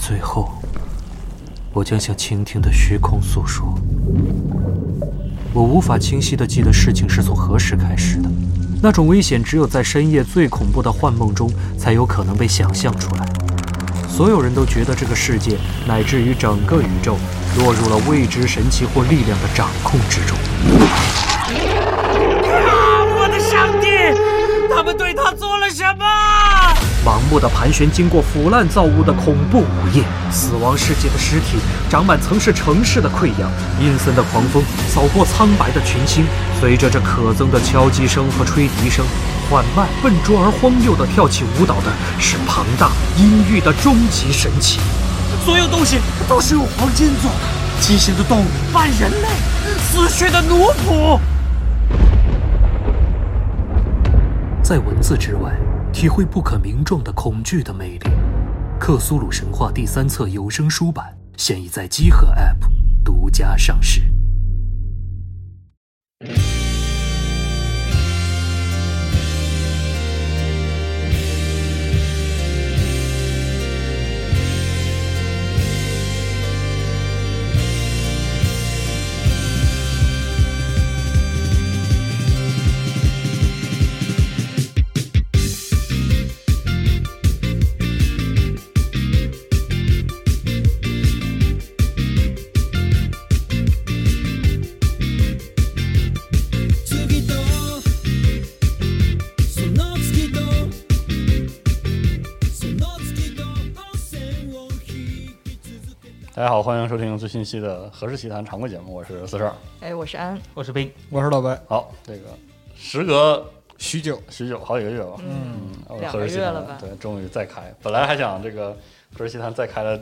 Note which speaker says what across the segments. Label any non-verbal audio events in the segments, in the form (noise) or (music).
Speaker 1: 最后，我将向倾听的虚空诉说。我无法清晰地记得事情是从何时开始的，那种危险只有在深夜最恐怖的幻梦中才有可能被想象出来。所有人都觉得这个世界乃至于整个宇宙落入了未知神奇或力量的掌控之中。
Speaker 2: 啊！我的上帝，他们对他做了什么？
Speaker 1: 盲目的盘旋，经过腐烂造物的恐怖午夜，死亡世界的尸体长满曾是城市的溃疡，阴森的狂风扫过苍白的群星，随着这可憎的敲击声和吹笛声，缓慢、笨拙而荒谬地跳起舞蹈的是庞大阴郁的终极神奇。
Speaker 2: 所有东西都是用黄金做的，畸形的动物、半人类、死去的奴仆。
Speaker 1: 在文字之外，体会不可名状的恐惧的魅力。《克苏鲁神话》第三册有声书版现已在积禾 App 独家上市。
Speaker 3: 月とその月とその月と線を引き続けた
Speaker 4: 大家好，欢迎收听最新一期的《何氏奇谈》常规节目，我是四十二。
Speaker 5: 哎，我是安，
Speaker 2: 我是冰，
Speaker 6: 我是老白，
Speaker 4: 好，这个时隔
Speaker 6: 许久，
Speaker 2: 啊
Speaker 4: 许久，好几个月吧，嗯，我是何氏奇
Speaker 5: 两
Speaker 4: 谈
Speaker 5: 个月了吧
Speaker 4: 对，终于再开。本来还想这个《何氏奇谈》再开了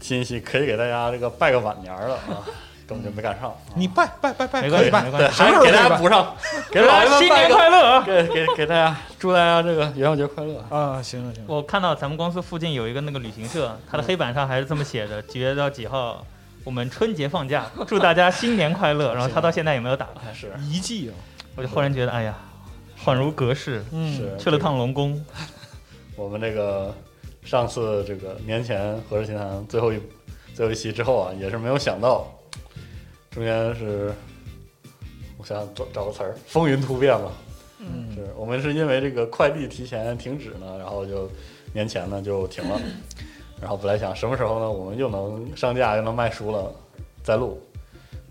Speaker 4: 新一期，可以给大家这个拜个晚年了啊，根本就没赶上。
Speaker 6: 你拜拜拜嗯拜，
Speaker 2: 没关系
Speaker 6: 可以拜
Speaker 2: 没关
Speaker 4: 对，
Speaker 2: 系
Speaker 4: 还是给大家补上，给老爷们拜个，
Speaker 2: 乐啊！
Speaker 4: 给给给大家祝大家这个元宵节快乐。
Speaker 6: 啊！行了行了，
Speaker 2: 我看到咱们公司附近有一个那个旅行社，它的黑板上还是这么写着：几月到几号，我们春节放假，祝大家新年快 (laughs) 乐。然后他到现在也没有打开，
Speaker 4: 哎是
Speaker 6: 遗迹啊，
Speaker 2: 我就忽然觉得，哎呀，恍如隔世，
Speaker 6: 嗯
Speaker 4: 是，
Speaker 2: 去了趟龙宫。
Speaker 4: 我们这个上次这个年前《何氏奇谈》最后一最后一期之后啊，也是没有想到，中间是我想想找找个词儿，风云突变吧。
Speaker 5: 嗯，
Speaker 4: 是我们是因为这个快递提前停止呢，然后就年前呢就停了，然后本来想什么时候呢我们又能上架又能卖书了再录，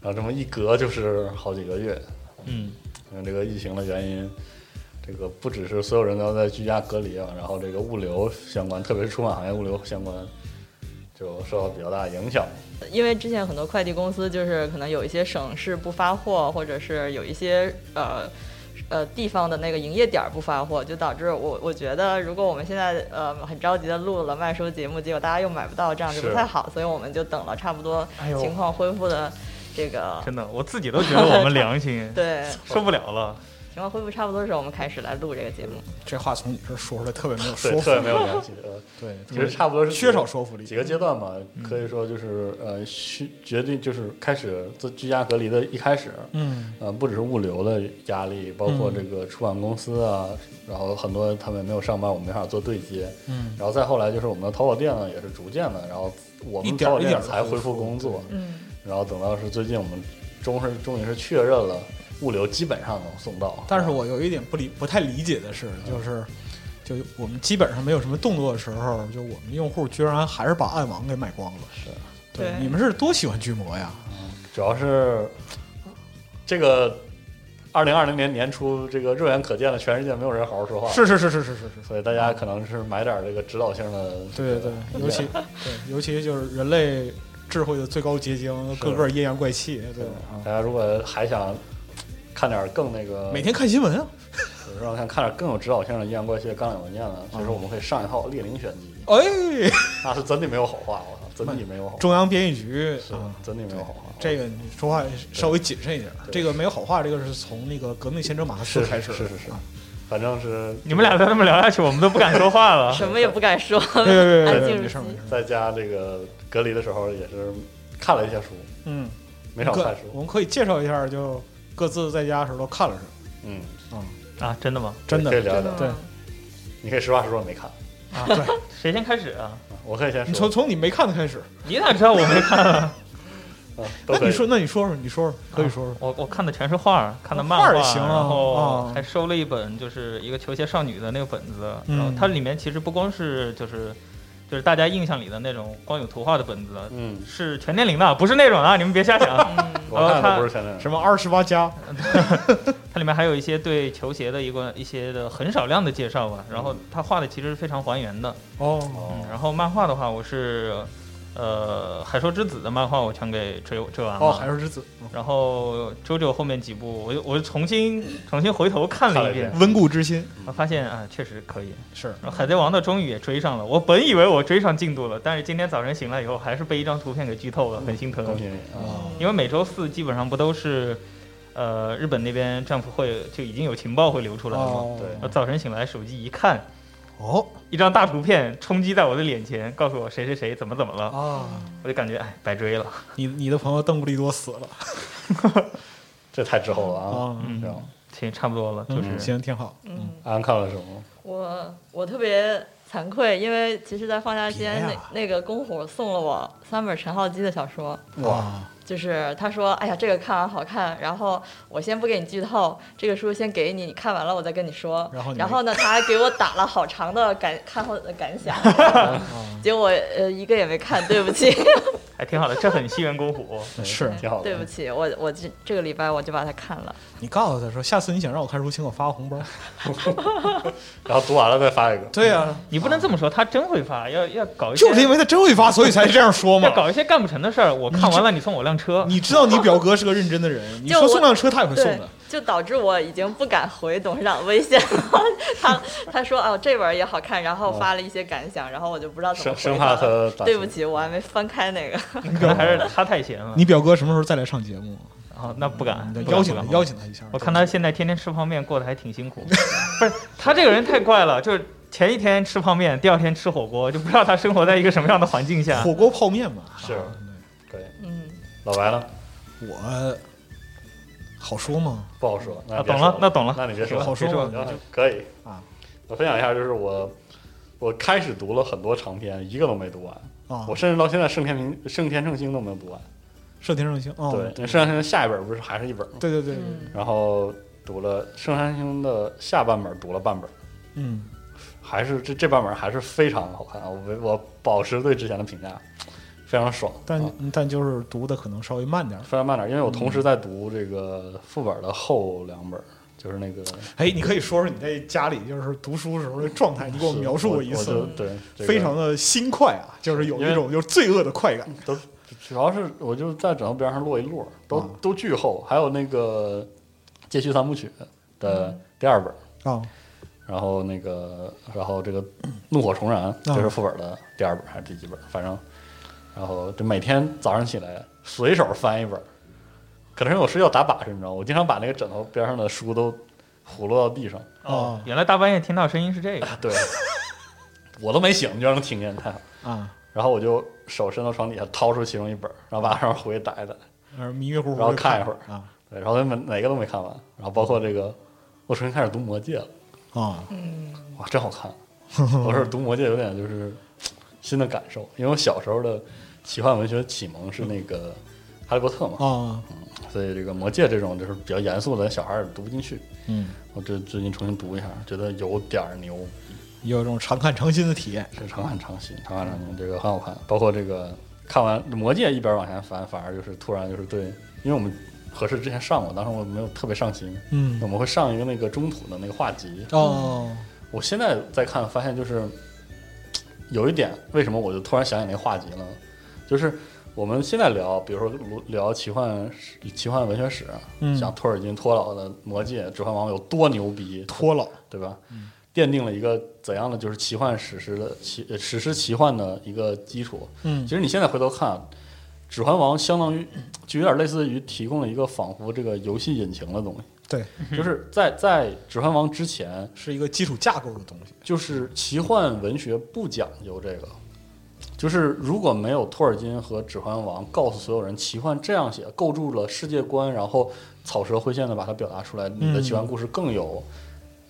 Speaker 4: 然后这么一隔就是好几个月，
Speaker 2: 嗯，
Speaker 4: 因为这个疫情的原因，这个不只是所有人都要在居家隔离啊，然后这个物流相关，特别是出版行业物流相关，就受到比较大的影响。
Speaker 5: 因为之前很多快递公司就是可能有一些省市不发货，或者是有一些呃呃地方的那个营业点儿不发货，就导致我我觉得如果我们现在呃很着急的录了卖书节目，结果大家又买不到，这样是
Speaker 4: 是
Speaker 5: 不太好，所以我们就等了差不多
Speaker 2: 哎呦
Speaker 5: 情况恢复的这个。
Speaker 2: 真的，我自己都觉得我们良 (laughs) 心
Speaker 5: 对，
Speaker 2: 受不了了。
Speaker 5: 情况恢复差不多的时候，我们开始来录这个节目。
Speaker 6: 这话从你这儿说出来特别没有
Speaker 4: 对，
Speaker 6: 说服
Speaker 4: 特别
Speaker 6: 力，
Speaker 4: 没有联
Speaker 6: (laughs)
Speaker 4: 系。呃，
Speaker 6: 对，
Speaker 4: 其实差不多是
Speaker 6: 缺少说服力嗯
Speaker 4: 几个阶段吧，可以说就是呃，需决定就是开始自居家隔离的一开始，
Speaker 6: 嗯
Speaker 4: 呃，不只是物流的压力，包括这个出版公司啊，然后很多他们没有上班，我们没法做对接，
Speaker 6: 嗯，
Speaker 4: 然后再后来就是我们的淘宝店呢，也是逐渐的，然后我
Speaker 6: 一
Speaker 4: 们
Speaker 6: 点
Speaker 4: 淘
Speaker 6: 儿
Speaker 4: 宝
Speaker 6: 一点
Speaker 4: 店
Speaker 6: 儿地
Speaker 4: 才
Speaker 6: 恢
Speaker 4: 恢复
Speaker 6: 复
Speaker 4: 工作，
Speaker 5: 嗯，
Speaker 4: 然后等到是最近我们终是终于是确认了物流基本上能送到，
Speaker 6: 但是我有一点不理不太理解的是，就是就我们基本上没有什么动作的时候，就我们用户居然还是把暗网给买光了，
Speaker 4: 是
Speaker 6: 对
Speaker 5: 对，
Speaker 6: 你们是多喜欢巨魔呀？
Speaker 4: 主要是这个二零二零年年初这个肉眼可见的全世界没有人好好说话，
Speaker 6: 是是是是是是是，
Speaker 4: 所以大家可能是买点这个指导性的，
Speaker 6: 对对对，尤其对尤其就是人类智慧的最高结晶，个个阴阳怪气，对啊，
Speaker 4: 大家如果还想看点更那个
Speaker 6: 每天看新闻啊，
Speaker 4: 让我看看点更有指导性的阴阳怪气的纲领文件呢，其实
Speaker 6: 嗯
Speaker 4: 我们可以上一套列宁选集，
Speaker 6: 哎，
Speaker 4: 那是真的没有好话，我操，真的没有好话，
Speaker 6: 中央编译局
Speaker 4: 是
Speaker 6: 啊。
Speaker 4: 真的没有好话，
Speaker 6: 这个你说话稍微谨慎一点儿。
Speaker 4: 对
Speaker 6: 这个没有好话，这个是从那个革命先哲马克思
Speaker 4: 是
Speaker 6: 开始的。
Speaker 4: 是是是
Speaker 5: (laughs)
Speaker 6: 啊
Speaker 4: 反正是
Speaker 2: 你们俩再这么聊下去，我们都不敢说话了。
Speaker 5: 什么也不敢说，
Speaker 6: 对对对
Speaker 5: 安
Speaker 6: 对对，
Speaker 5: 静
Speaker 6: 没
Speaker 5: 如
Speaker 6: 事儿没
Speaker 5: 鸡
Speaker 6: 事。儿。嗯
Speaker 4: 在家这个隔离的时候也是看了一些书，
Speaker 6: 嗯，
Speaker 4: 没少
Speaker 6: 各
Speaker 4: 看
Speaker 6: 我
Speaker 4: 书，
Speaker 6: 们可以介绍一下，就各自在家的时候都看了什么。
Speaker 4: 嗯，
Speaker 2: 啊，真的吗？
Speaker 6: 真
Speaker 4: 可以
Speaker 5: (laughs)
Speaker 6: 的，
Speaker 4: 聊一聊。
Speaker 6: 对
Speaker 5: 嗯
Speaker 4: 你可以实话实说没看，
Speaker 2: 啊，
Speaker 4: (laughs)
Speaker 2: 谁先开始啊？
Speaker 4: 我可以先
Speaker 6: 你
Speaker 4: 说
Speaker 6: 从，从你没看的开始，
Speaker 2: 你咋知道我没看啊？
Speaker 4: 啊都
Speaker 6: 那
Speaker 4: 可
Speaker 6: 你
Speaker 4: 以啊
Speaker 6: 说，那你说说，你说说，可以说说。
Speaker 2: 我我看的全是画儿，看的漫
Speaker 6: 画儿
Speaker 2: 画
Speaker 6: 也行啊
Speaker 2: 然后
Speaker 6: 啊
Speaker 2: 还收了一本就是一个球鞋少女的那个本子，
Speaker 6: 嗯
Speaker 2: 然后它里面其实不光是就是就是大家印象里的那种光有图画的本子，
Speaker 4: 嗯，
Speaker 2: 是全年龄的，不是那种的，你们别瞎
Speaker 6: 嗯
Speaker 2: 想。啊
Speaker 4: 我
Speaker 2: 然后
Speaker 4: 看的
Speaker 2: 他
Speaker 4: 不是前两
Speaker 6: 什么二十八加？
Speaker 2: (laughs) 它里面还有一些对球鞋的一个一些的很少量的介绍吧，然后它画的其实是非常还原的。
Speaker 6: 嗯哦，
Speaker 4: 哦
Speaker 2: 嗯，然后漫画的话，我是呃《海兽之子》的漫画我全给追追完了。
Speaker 6: 哦，海兽之子，
Speaker 2: 然后 JoJo 后面几部，我又我又重新重新回头看了一遍
Speaker 4: 看了一，
Speaker 6: 温故知新
Speaker 4: 嗯
Speaker 2: 我发现啊确实可以。
Speaker 6: 是
Speaker 2: 然后《海贼王》的终于也追上了，我本以为我追上进度了，但是今天早晨醒来以后，还是被一张图片给剧透了，很心疼。
Speaker 4: 恭喜你啊！
Speaker 6: 啊，
Speaker 2: 因为每周四基本上不都是，呃，日本那边政府会就已经有情报会流出来了嘛。
Speaker 6: 哦
Speaker 4: 啊对
Speaker 2: 我早晨醒来，手机一看，
Speaker 6: 哦
Speaker 2: 一张大图片冲击在我的脸前，告诉我谁谁谁怎么怎么了，
Speaker 6: 啊，
Speaker 2: 我就感觉哎白追了。
Speaker 6: 你你的朋友邓布利多死了
Speaker 4: 这太滞后了啊！
Speaker 6: 啊，
Speaker 2: 嗯
Speaker 4: 这样，
Speaker 2: 行，差不多了，就
Speaker 6: 嗯，
Speaker 2: 是
Speaker 6: 行，挺好，嗯，
Speaker 4: 安看了什么？
Speaker 5: 我我特别惭愧，因为其实，在放假期间，
Speaker 6: 别
Speaker 5: 那
Speaker 6: 呀
Speaker 5: 那个公虎送了我三本陈浩基的小说，
Speaker 6: 哇，
Speaker 5: 就是他说，哎呀，这个看完好看，然后我先不给你剧透，这个书先给你，你看完了我再跟你说。
Speaker 6: 然后你
Speaker 5: 呢，他还给我打了好长的感看后的感
Speaker 6: (laughs)
Speaker 5: 想，结果呃一个也没看，对不起，
Speaker 2: 还挺好的，这很西园公虎。
Speaker 6: 是
Speaker 4: 挺好的，
Speaker 5: 对不起，我我这这个礼拜我就把它看了。
Speaker 6: 你告诉他说，下次你想让我看书，请我发个 (laughs) 红包。
Speaker 4: 然后读完了再发一个，
Speaker 6: 对呀，
Speaker 2: 你不能这么说，他真会发，要要搞一些，
Speaker 6: 就是因为他真会发，所以才这样说嘛
Speaker 2: 要。搞一些干不成的事儿。我看完了，你送我辆车，
Speaker 6: 你知道你表哥是个认真的 (laughs) 人，你
Speaker 5: 就
Speaker 6: 说
Speaker 5: 我
Speaker 6: 送辆车他也会送
Speaker 5: 对
Speaker 6: 的。，
Speaker 5: 就导致我已经不敢回董事长微
Speaker 4: (laughs)
Speaker 5: 信了。他他说哦，这本儿也好看，然后发了一些感想，然后我就不知道怎么
Speaker 4: 嗯生生
Speaker 5: 回
Speaker 4: 怕
Speaker 5: 了
Speaker 4: 他打
Speaker 5: 对不起，我还没翻开那个。
Speaker 2: (laughs) 可能还是他太闲了。
Speaker 6: 你表哥什么时候再来上节目？
Speaker 2: 啊，那不敢
Speaker 6: 你得，
Speaker 2: 不敢
Speaker 6: 邀请
Speaker 2: 不
Speaker 6: 他
Speaker 2: 敢，
Speaker 6: 邀请他一下。
Speaker 2: 我看他现在天天吃泡面，过得还挺辛苦。 (laughs) 不是他这个人太怪了，就是前一天吃泡面，第二天吃火锅，就不知道他生活在一个什么样的环境下。
Speaker 6: 火锅泡面嘛。
Speaker 4: 是
Speaker 6: 啊
Speaker 5: 嗯，
Speaker 4: 老白呢？
Speaker 6: 对我好说吗？
Speaker 4: 不好说，那
Speaker 2: 啊
Speaker 4: 别
Speaker 2: 懂
Speaker 4: 说
Speaker 2: 了，那懂了，
Speaker 4: 那你别说，
Speaker 6: 好说
Speaker 2: 别说
Speaker 6: 吗？
Speaker 4: 可以
Speaker 6: 啊。
Speaker 4: 我分享一下，就是我我开始读了很多长篇，一个都没读完。
Speaker 6: 啊
Speaker 4: 我，甚至到现在盛天明盛天圣星都没有读完。
Speaker 6: 射天圣星。哦，
Speaker 4: 对，那盛天圣星下一本不是还是一本吗？
Speaker 6: 对对对，对
Speaker 5: 嗯
Speaker 4: 然后读了盛天圣星的下半本，读了半本，
Speaker 6: 嗯，
Speaker 4: 还是这这半本还是非常好看啊！我我保持对之前的评价，非常爽。
Speaker 6: 但
Speaker 4: 啊
Speaker 6: 但就是读的可能稍微慢点儿。
Speaker 4: 非常慢点，因为我同
Speaker 6: 嗯
Speaker 4: 时在读这个副本的后两本，就是那个
Speaker 6: 哎，你可以说说你在家里就是读书时候的状态，你给我描述
Speaker 4: 我
Speaker 6: 过一
Speaker 4: 我就
Speaker 6: 次，
Speaker 4: 对，这个
Speaker 6: 非常的心快啊，就是有
Speaker 4: 因为
Speaker 6: 一种就是罪恶的快感。
Speaker 4: 都主要是我就在枕头边上落一摞，都、
Speaker 6: 啊
Speaker 4: 都巨厚，还有那个《街区三部曲》的第二本，
Speaker 6: 啊，
Speaker 4: 然后那个然后这个《怒火重燃》这是副本的第二本还是第几本？反正然后就每天早上起来随手翻一本，可能是我睡觉打把式，你知道吗，我经常把那个枕头边上的书都胡落到地上。
Speaker 2: 哦，原来大半夜听到声音是这个，
Speaker 4: 对，我都没醒，你就让他听见，太好。
Speaker 6: 啊，
Speaker 4: 然后我就手伸到床底下掏出其中一本，然后把上面回去打一打，
Speaker 6: 呃迷迷糊糊，
Speaker 4: 然后看一会儿
Speaker 6: 啊
Speaker 4: 对，然后他们哪个都没看完，然后包括这个，我重新开始读《魔戒》了，
Speaker 6: 啊，
Speaker 4: 哇，真好看！我是读《魔戒》有点就是新的感受，因为我小时候的奇幻文学启蒙是那个《哈利波特》嘛，
Speaker 6: 啊，
Speaker 4: 所以这个《魔戒》这种就是比较严肃的，小孩儿也读不进去。
Speaker 6: 嗯，
Speaker 4: 我这最近重新读一下，觉得有点儿牛，
Speaker 6: 有一种常看常新的体验。
Speaker 4: 是长看长新，长看长新，这个很好看。包括这个看完《魔戒》一边往前翻，反而就是突然就是对，因为我们合适之前上过，当时我没有特别上心，
Speaker 6: 嗯
Speaker 4: 我，们会上一个那个中土的那个画集。
Speaker 6: 哦，
Speaker 4: 我现在再看，发现就是嘖有一点，为什么我就突然想起那个画集了呢？就是我们现在聊，比如说聊奇幻史奇幻文学史，
Speaker 6: 嗯
Speaker 4: 像托尔金、托老的《魔戒》《指环王》有多牛逼，
Speaker 6: 脱老，嗯
Speaker 4: 对吧？奠定了一个怎样的就是奇幻史诗的奇呃史诗奇幻的一个基础。
Speaker 6: 嗯
Speaker 4: 其，实你现在回头看，《指环王》相当于就有点类似于提供了一个仿佛这个游戏引擎的东西，
Speaker 6: 对，
Speaker 4: 就是在在《指环王》之前，
Speaker 6: 是一个基础架构的东西。
Speaker 4: 就是奇幻文学不讲究这个。就是如果没有托尔金和《指环王》告诉所有人奇幻这样写，构筑了世界观，然后草蛇灰线的把它表达出来，你的奇幻故事更有、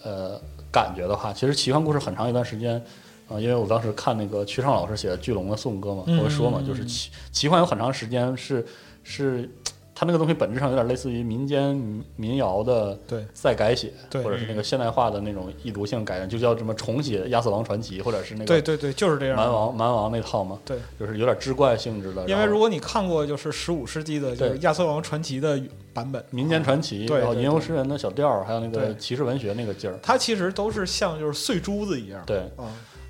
Speaker 4: 呃感觉的话，其实奇幻故事很长一段时间，嗯、啊，因为我当时看那个曲畅老师写的《巨龙的颂歌》嘛，
Speaker 6: 嗯
Speaker 4: 我说嘛，
Speaker 6: 嗯
Speaker 4: 就是
Speaker 6: 嗯
Speaker 4: 奇奇幻有很长时间是是，它那个东西本质上有点类似于民间民民谣的
Speaker 6: 对
Speaker 4: 再改写，
Speaker 6: 对
Speaker 4: 或者是那个现代化的那种易读性改，就叫什么重写《亚瑟王传奇》，或者是那
Speaker 6: 对
Speaker 4: 个
Speaker 6: 对对，就是这样。
Speaker 4: 蛮王蛮王那套嘛，
Speaker 6: 对，
Speaker 4: 就是有点志怪性质的，
Speaker 6: 因为
Speaker 4: 然后
Speaker 6: 如果你看过就是十五世纪的，就是
Speaker 4: 对
Speaker 6: 亚瑟王传奇的版本，
Speaker 4: 民间传奇，
Speaker 6: 对
Speaker 4: 然后
Speaker 6: 对
Speaker 4: 吟游诗人的小调儿，还有那个
Speaker 6: 对
Speaker 4: 骑士文学那个劲儿，
Speaker 6: 它其实都是像就是碎珠子一样。
Speaker 4: 对。
Speaker 6: 啊，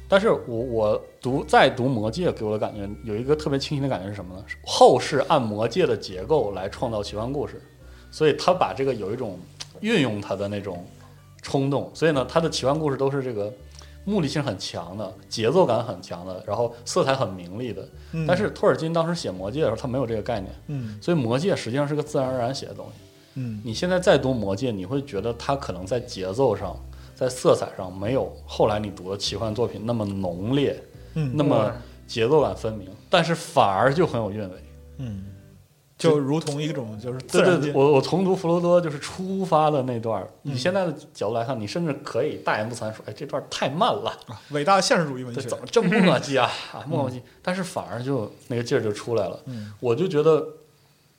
Speaker 4: 但是我我读再读《魔戒》，给我的感觉有一个特别清晰的感觉是什么呢？是后世按《魔戒》的结构来创造奇幻故事，所以他把这个有一种运用他的那种冲动，所以呢，他的奇幻故事都是这个目的性很强的，节奏感很强的，然后色彩很明丽的。
Speaker 6: 嗯
Speaker 4: 但是托尔金当时写《魔戒》的时候，他没有这个概念，
Speaker 6: 嗯
Speaker 4: 所以《魔戒》实际上是个自然而然写的东西。
Speaker 6: 嗯，
Speaker 4: 你现在再读《魔戒》，你会觉得它可能在节奏上、在色彩上没有后来你读的奇幻作品那么浓烈，
Speaker 6: 嗯
Speaker 4: 那么节奏感分明，但是反而就很有韵味。
Speaker 6: 嗯，就如同一种就是自
Speaker 4: 对
Speaker 6: 然
Speaker 4: 对
Speaker 6: 界嗯
Speaker 4: 对，我我重读弗罗多就是出发的那段儿，以现在的角度来看，你甚至可以大言不惭说，哎，这段儿太慢了，
Speaker 6: 伟大现实主义文
Speaker 4: 这
Speaker 6: 学。
Speaker 4: 怎么这么磨叽
Speaker 6: (laughs)
Speaker 4: 啊？啊磨叽，但是反而就那个劲儿就出来了。
Speaker 6: 嗯
Speaker 4: 我就觉得，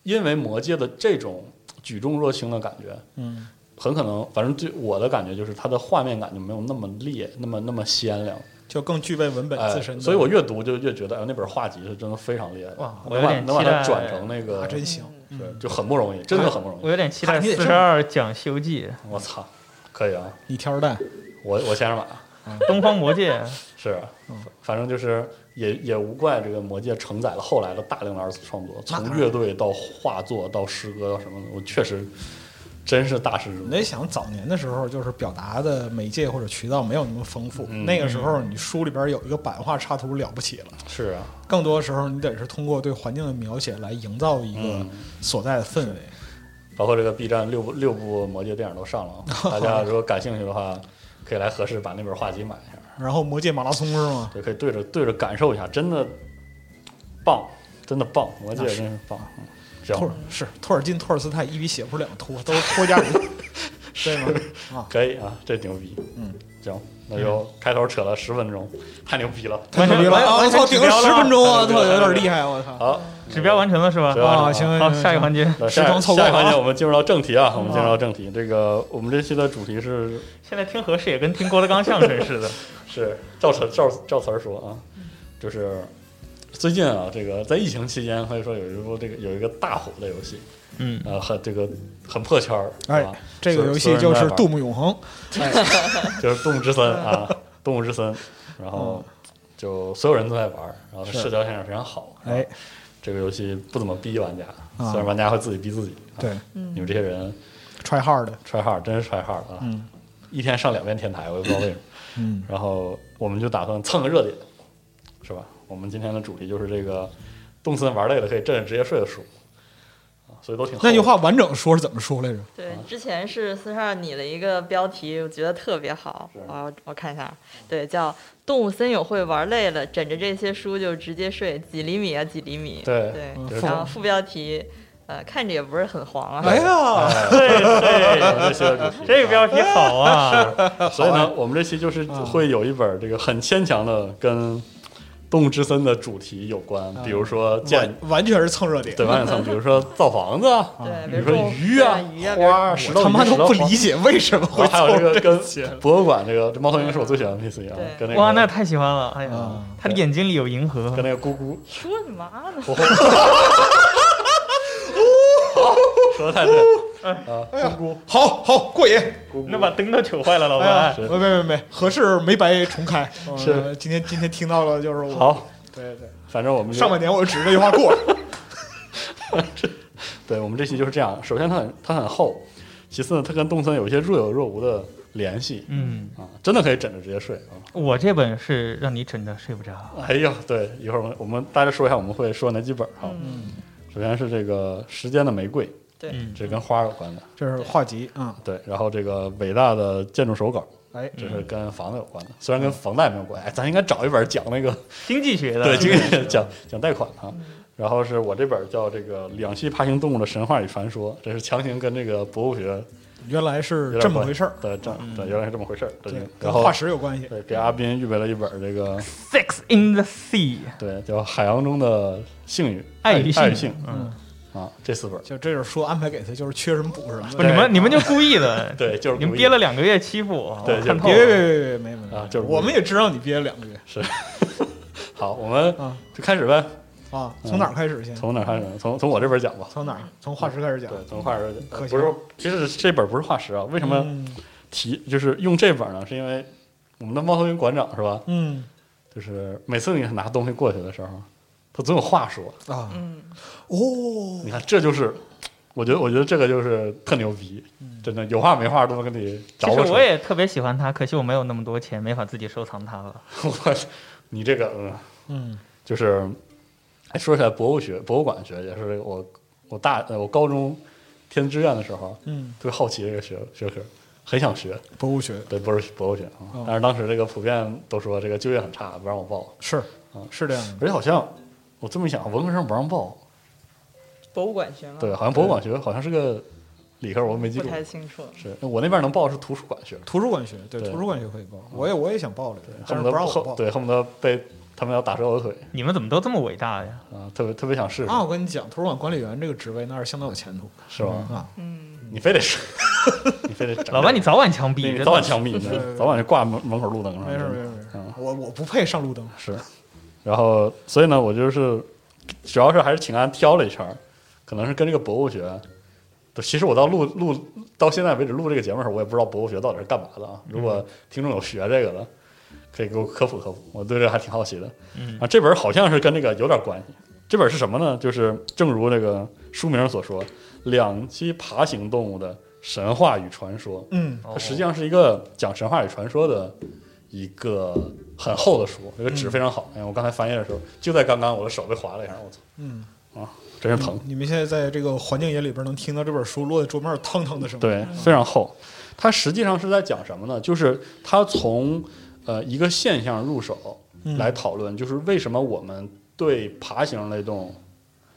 Speaker 4: 因为《魔戒》的这种举重若轻的感觉，
Speaker 6: 嗯
Speaker 4: 很可能，反正对我的感觉就是它的画面感就没有那么烈，那么那么鲜亮，
Speaker 6: 就更具备文本
Speaker 4: 哎
Speaker 6: 自身的。
Speaker 4: 所以我越读就越觉得，哎，那本画集是真的非常厉害，
Speaker 2: 哇我
Speaker 4: 能
Speaker 2: 有
Speaker 4: 把
Speaker 2: 点
Speaker 4: 能把
Speaker 2: 期
Speaker 4: 它
Speaker 2: 待
Speaker 4: 转成那个
Speaker 6: 啊，，真行，
Speaker 4: 是就很不容易，真的很不容
Speaker 2: 我
Speaker 4: 易。
Speaker 2: 有点期待
Speaker 6: 你得
Speaker 2: 四
Speaker 6: 这
Speaker 2: 十
Speaker 6: 么
Speaker 2: 二讲《西游 (laughs) 记
Speaker 4: 我操，可以啊，
Speaker 6: 你挑着担。
Speaker 4: 我我先上马，》
Speaker 2: 《东方魔戒》
Speaker 4: 是，
Speaker 2: 嗯
Speaker 4: 反正就是也也无怪这个《魔戒》承载了后来的大量的二次创作，从乐队到画作到诗歌到什么的，我确实真是大师之
Speaker 6: 你
Speaker 4: 作
Speaker 6: 得。想早年的时候，就是表达的媒介或者渠道没有那么丰富，
Speaker 4: 嗯
Speaker 6: 那个时候你书里边有一个版画插图了不起了，
Speaker 4: 是啊，
Speaker 6: 更多时候你得是通过对环境的描写来营造一个
Speaker 4: 嗯
Speaker 6: 所在的氛围。
Speaker 4: 包括这个 B 站六部六部《魔戒》电影都上了，
Speaker 2: (laughs)
Speaker 4: 啊大家如果感兴趣的话，可以来合适把那本画集买一下，
Speaker 6: 然后《魔界马拉松》是吗？
Speaker 4: 对，可以对着对着感受一下，真的棒，真的棒，《魔戒》
Speaker 6: 那是
Speaker 4: 真是棒。嗯
Speaker 6: 托
Speaker 4: 行
Speaker 6: 尔，是托尔金、托尔斯泰一笔写不了托，都是托家
Speaker 2: (laughs)
Speaker 6: 人，对吗？啊，
Speaker 4: 可以啊，这牛逼，
Speaker 6: 嗯，
Speaker 4: 行，那就开头扯了十分钟，太牛逼了。
Speaker 6: 太牛逼了！
Speaker 2: 完全
Speaker 6: 啊我操，
Speaker 2: 完全
Speaker 6: 顶了
Speaker 2: 指标
Speaker 6: 十
Speaker 2: 了
Speaker 6: 分钟
Speaker 4: 太
Speaker 6: 啊！操，
Speaker 4: 牛逼了
Speaker 6: 有点厉害，我操！
Speaker 4: 好，
Speaker 2: 指标完成了是吧
Speaker 4: 指？标
Speaker 6: 啊，行，
Speaker 2: 好，
Speaker 6: 行
Speaker 2: 下一个环
Speaker 6: 行
Speaker 2: 节，
Speaker 4: 那
Speaker 6: 时
Speaker 4: 下
Speaker 6: 长凑够
Speaker 4: 下一环节
Speaker 6: 了啊
Speaker 4: 我们进入到正题啊，我们进入到正题。这个我们这期的主题是
Speaker 2: 现在听合适也跟听郭德纲相声似的。
Speaker 4: 是照词照照词儿说啊，就是最近啊，这个在疫情期间可以说有一部这个有一个大火的游戏，
Speaker 2: 嗯，
Speaker 4: 呃，很这个很破圈儿，是吧
Speaker 6: 哎，这个游戏就是《杜，牧永恒》，
Speaker 4: 所有人都在玩 (laughs) 就是《动物之森》啊，《动物之森》，然后就所有人都在玩儿，然后它
Speaker 6: 是
Speaker 4: 社交现象非常好，是吧
Speaker 6: 哎，
Speaker 4: 这个游戏不怎么逼玩家，
Speaker 6: 啊
Speaker 4: 虽然玩家会自己逼自己，啊
Speaker 6: 对
Speaker 4: 你们这些人
Speaker 6: ，try hard 的，
Speaker 4: try hard 真是 try hard 啊，
Speaker 6: 嗯
Speaker 4: 一天上两遍天台，我也不知道为什么。
Speaker 6: 嗯，
Speaker 4: 然后我们就打算蹭个热点，是吧？我们今天的主题就是这个动森玩累了可以站着直接睡的书，啊，所以都挺厚
Speaker 6: 那句话完整说是怎么说来着？
Speaker 5: 对，
Speaker 4: 嗯
Speaker 5: 之前是四十二拟了一个标题，我觉得特别好啊
Speaker 4: 是，
Speaker 5: 我我看一下，对，叫《动物森友会玩累了，枕着这些书就直接睡，几厘米啊几厘米》。
Speaker 4: 对
Speaker 5: 对
Speaker 4: 嗯，
Speaker 5: 然后副标题，呃，看着也不是很黄啊。
Speaker 6: 哎呀，
Speaker 4: 哎
Speaker 2: 对对，
Speaker 4: 这些主
Speaker 2: (laughs)
Speaker 4: 题
Speaker 6: (laughs)
Speaker 2: 这个标题好 (laughs) 啊，嗯
Speaker 4: 所以呢，我们这期就是会有一本这个很牵强的跟《动物之森》的主题有关，
Speaker 2: 嗯
Speaker 4: 比如说建
Speaker 6: 完完全是蹭热点。
Speaker 4: 对万
Speaker 2: (laughs)
Speaker 4: 层，比如说造房子啊，
Speaker 2: 嗯
Speaker 5: 对，比
Speaker 4: 比如
Speaker 5: 如
Speaker 4: 说
Speaker 5: 种
Speaker 4: 鱼
Speaker 5: 对
Speaker 4: 啊、
Speaker 5: 鱼啊，比如
Speaker 4: 花啊、石头
Speaker 6: 他妈
Speaker 4: 鱼
Speaker 6: 都不。
Speaker 4: 石头
Speaker 6: 理解为什么会
Speaker 4: 花还有这个
Speaker 6: 这
Speaker 4: 跟
Speaker 6: 些
Speaker 4: 博物馆这个这猫头鹰是我最喜欢的 NPC 啊，
Speaker 5: 对
Speaker 4: 跟那个
Speaker 2: 哇，那太喜欢了！哎呀
Speaker 6: 嗯，
Speaker 2: 他的眼睛里有银河
Speaker 4: 跟，那个咕咕
Speaker 5: 说你妈呢？
Speaker 4: 说的太对啊，咕咕
Speaker 6: 好好过瘾。
Speaker 4: 咕咕，
Speaker 2: 那把灯都糗坏了，老
Speaker 6: 哎呀
Speaker 2: 板。，
Speaker 6: 没没没，合适没白重开。嗯
Speaker 4: 是
Speaker 6: 今天今天听到了，就是我。
Speaker 4: 好，
Speaker 6: 对对，
Speaker 4: 反正我们就
Speaker 6: 上半年我就指着这句话
Speaker 4: (laughs)
Speaker 6: 过。
Speaker 4: 对我们这期就是这样。首先它很它很厚，其次呢它跟动森有一些若有若无的联系
Speaker 2: 嗯，
Speaker 4: 啊，真的可以枕着直接睡啊。
Speaker 2: 我这本是让你枕着睡不着。
Speaker 4: 哎呦，对，一会儿我们我们大家说一下我们会说哪几本啊。
Speaker 5: 嗯，
Speaker 4: 首先是这个《时间的玫瑰》，
Speaker 5: 对，
Speaker 2: 嗯，
Speaker 4: 这跟花有关的，
Speaker 6: 这是话集啊，
Speaker 4: 对。然后这个伟大的建筑手稿，
Speaker 6: 哎，
Speaker 4: 这是跟房子有关的，虽然跟房贷没有关系。哎，咱应该找一本讲那
Speaker 6: (laughs)
Speaker 4: 个
Speaker 2: 经济学的，
Speaker 4: 对，今天讲讲贷款啊。
Speaker 5: 嗯
Speaker 4: 然后是我这本儿叫这个《两栖爬行动物的神话与传说》，这是强行跟这个博物学
Speaker 6: 原来是
Speaker 4: 有点
Speaker 6: 这么
Speaker 4: 关
Speaker 6: 回事儿，嗯
Speaker 4: 对，这对，原来是这么回事儿。对
Speaker 6: 对，
Speaker 4: 然
Speaker 6: 跟
Speaker 4: 后
Speaker 6: 化石有关系。
Speaker 4: 对，给阿斌预备了一本这个，
Speaker 2: Sex in the Sea，
Speaker 4: 对，叫《海洋中的性欲》，
Speaker 2: 爱
Speaker 4: 爱
Speaker 2: 与
Speaker 4: 爱与
Speaker 2: 性
Speaker 4: 性
Speaker 6: 嗯，
Speaker 4: 啊，这四本。
Speaker 6: 就这本书安排给他，就是缺什么补什么。
Speaker 2: 不，你们你们就故意的，
Speaker 4: (laughs) 对，就是
Speaker 2: 你们
Speaker 4: 故意
Speaker 2: 憋了两个月欺负我，
Speaker 4: 对
Speaker 2: 我
Speaker 4: 就
Speaker 2: 看透
Speaker 6: 别别别
Speaker 2: 了。
Speaker 6: 别别，没没
Speaker 4: 哦啊就是
Speaker 6: 我们也知道你憋了两个月
Speaker 4: 好，我们
Speaker 6: 啊
Speaker 4: 就开始呗。
Speaker 6: 啊，从哪儿开始先？
Speaker 4: 嗯从哪儿开始？从从我这本讲吧。
Speaker 6: 从哪儿？从化石开始讲。
Speaker 4: 对，从化石讲。
Speaker 6: 可惜
Speaker 4: 不是，其实这本不是化石啊。为什么
Speaker 6: 嗯
Speaker 4: 提就是用这本呢？是因为我们的猫头鹰馆长是吧？
Speaker 6: 嗯
Speaker 4: 就是每次你拿东西过去的时候，他总有话说。
Speaker 6: 啊
Speaker 5: 嗯，
Speaker 6: 哦
Speaker 4: 你看，这就是，我觉得，我觉得这个就是特牛逼，真的有话没话都能跟你
Speaker 2: 其
Speaker 4: 找
Speaker 2: 实
Speaker 4: 出
Speaker 2: 我
Speaker 4: 来。
Speaker 2: 也特别喜欢它，可惜我没有那么多钱，没法自己收藏它了。
Speaker 4: (laughs) 我，你这个嗯，
Speaker 6: 嗯
Speaker 4: 就是，哎，说起来博物学、博物馆学也是我我大呃我高中填志愿的时候，
Speaker 6: 嗯，
Speaker 4: 特别好奇这个学学科，很想学，
Speaker 6: 博物学
Speaker 4: 对，不是博物学啊
Speaker 6: 哦。
Speaker 4: 但是当时这个普遍都说这个就业很差，不让我报，
Speaker 6: 是
Speaker 4: 啊
Speaker 6: 是这样的。
Speaker 4: 而且好像我这么一想，文科生不让报，
Speaker 5: 博物馆学
Speaker 6: 嗯
Speaker 5: 吗？
Speaker 4: 对，好像博物馆学好像是个理科，我没记
Speaker 5: 不
Speaker 4: 住。
Speaker 5: 太清楚。
Speaker 4: 是我那边能报是图书馆学，
Speaker 6: 图书馆学对
Speaker 4: 对
Speaker 6: 图书馆学可以报，我也我也想报这个，但
Speaker 4: 恨不
Speaker 6: 是不
Speaker 4: 得
Speaker 6: 让我
Speaker 4: 恨
Speaker 6: 报。
Speaker 4: 对，恨不得被他们要打折我的腿
Speaker 2: 你们怎么都这么伟大呀？
Speaker 4: 啊、特别特别想试试，
Speaker 6: 啊，我跟你讲，图书馆管理员这个职位那是相当有前途
Speaker 4: 是吧？
Speaker 6: 啊。
Speaker 5: 嗯，
Speaker 4: 你非得试， (laughs) 你非得整这个，
Speaker 2: 老板，你早晚枪
Speaker 4: 你
Speaker 2: 毙，
Speaker 4: 早晚
Speaker 2: 真的
Speaker 4: 枪毙，
Speaker 6: 对对
Speaker 2: (laughs)
Speaker 6: 对
Speaker 4: 你早晚就挂门门口路灯上，
Speaker 6: 没事
Speaker 4: 真
Speaker 6: 没
Speaker 4: 的
Speaker 6: 事没事
Speaker 4: 嗯，
Speaker 6: 我我不配上路灯。
Speaker 4: 是。然后，所以呢，我就是主要是还是请安挑了一圈儿，可能是跟这个博物学。都其实我到录录到现在为止录这个节目的时候，我也不知道博物学到底是干嘛的啊。
Speaker 2: 嗯
Speaker 4: 如果听众有学这个的，可以给我科普科普，我对这个还挺好奇的。
Speaker 2: 嗯
Speaker 4: 啊，这本好像是跟这个有点关系。这本是什么呢？就是正如这个书名所说，《两栖爬行动物的神话与传说》。
Speaker 6: 嗯
Speaker 2: 哦
Speaker 4: 它实际上是一个讲神话与传说的一个很厚的书，这个
Speaker 6: 嗯
Speaker 4: 纸非常好。哎呀，我刚才翻页的时候，就在刚刚我的手被划了一下，我操，啊
Speaker 6: 嗯，
Speaker 4: 真是疼。
Speaker 6: 你们现在在这个环境音里边能听到这本书落在桌面上腾腾的声音。
Speaker 4: 对，非常厚。它实际上是在讲什么呢？就是它从呃一个现象入手
Speaker 6: 嗯
Speaker 4: 来讨论，就是为什么我们对爬行类动物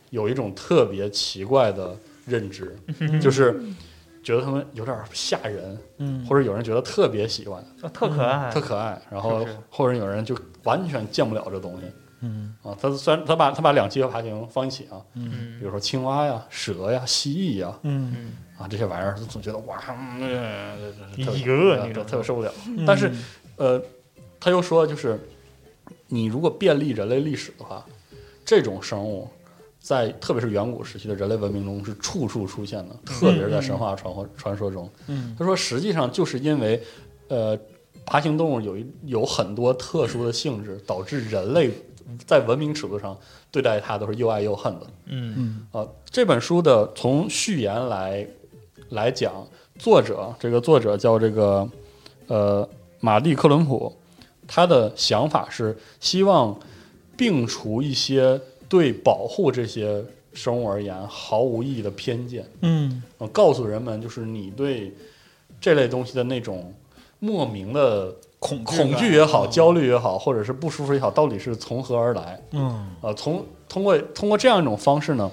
Speaker 4: 有一种特别奇怪的认知，就是觉得它们有点吓人，
Speaker 6: 嗯，
Speaker 4: 或者有人觉得特别喜欢。
Speaker 2: 哦特可爱
Speaker 4: 特。可爱，然后
Speaker 2: 是不是
Speaker 4: 或者有人就完全见不了这东西
Speaker 6: 嗯
Speaker 4: 啊。他虽然他把他把两栖和爬行放一起啊，比
Speaker 2: 嗯
Speaker 4: 如说青蛙呀、蛇呀、蜥蜴呀
Speaker 6: 嗯
Speaker 2: 嗯，
Speaker 4: 啊这些玩意儿，总觉得哇，嗯这这这特别
Speaker 2: 一个
Speaker 4: 啊
Speaker 2: 那
Speaker 4: 这
Speaker 2: 种
Speaker 4: 特别受不了。
Speaker 6: 嗯，
Speaker 4: 但是呃，他又说就是，你如果便利人类历史的话，这种生物。在特别是远古时期的人类文明中是处处出现的，特别是在神话传说传说中，
Speaker 6: 嗯
Speaker 4: 他说，实际上就是因为，呃，爬行动物有一有很多特殊的性质，导致人类在文明尺度上对待它都是又爱又恨的。
Speaker 2: 嗯
Speaker 6: 嗯
Speaker 4: 啊、这本书的从序言来来讲，作者这个作者叫这个呃马蒂克伦普，他的想法是希望摒除一些对保护这些生物而言毫无意义的偏见。
Speaker 6: 嗯
Speaker 4: 呃，告诉人们就是你对这类东西的那种莫名的
Speaker 6: 恐
Speaker 4: 恐惧嗯也好、焦虑也好，或者是不舒服也好，到底是从何而来？
Speaker 6: 嗯
Speaker 4: 呃，从通过通过这样一种方式呢，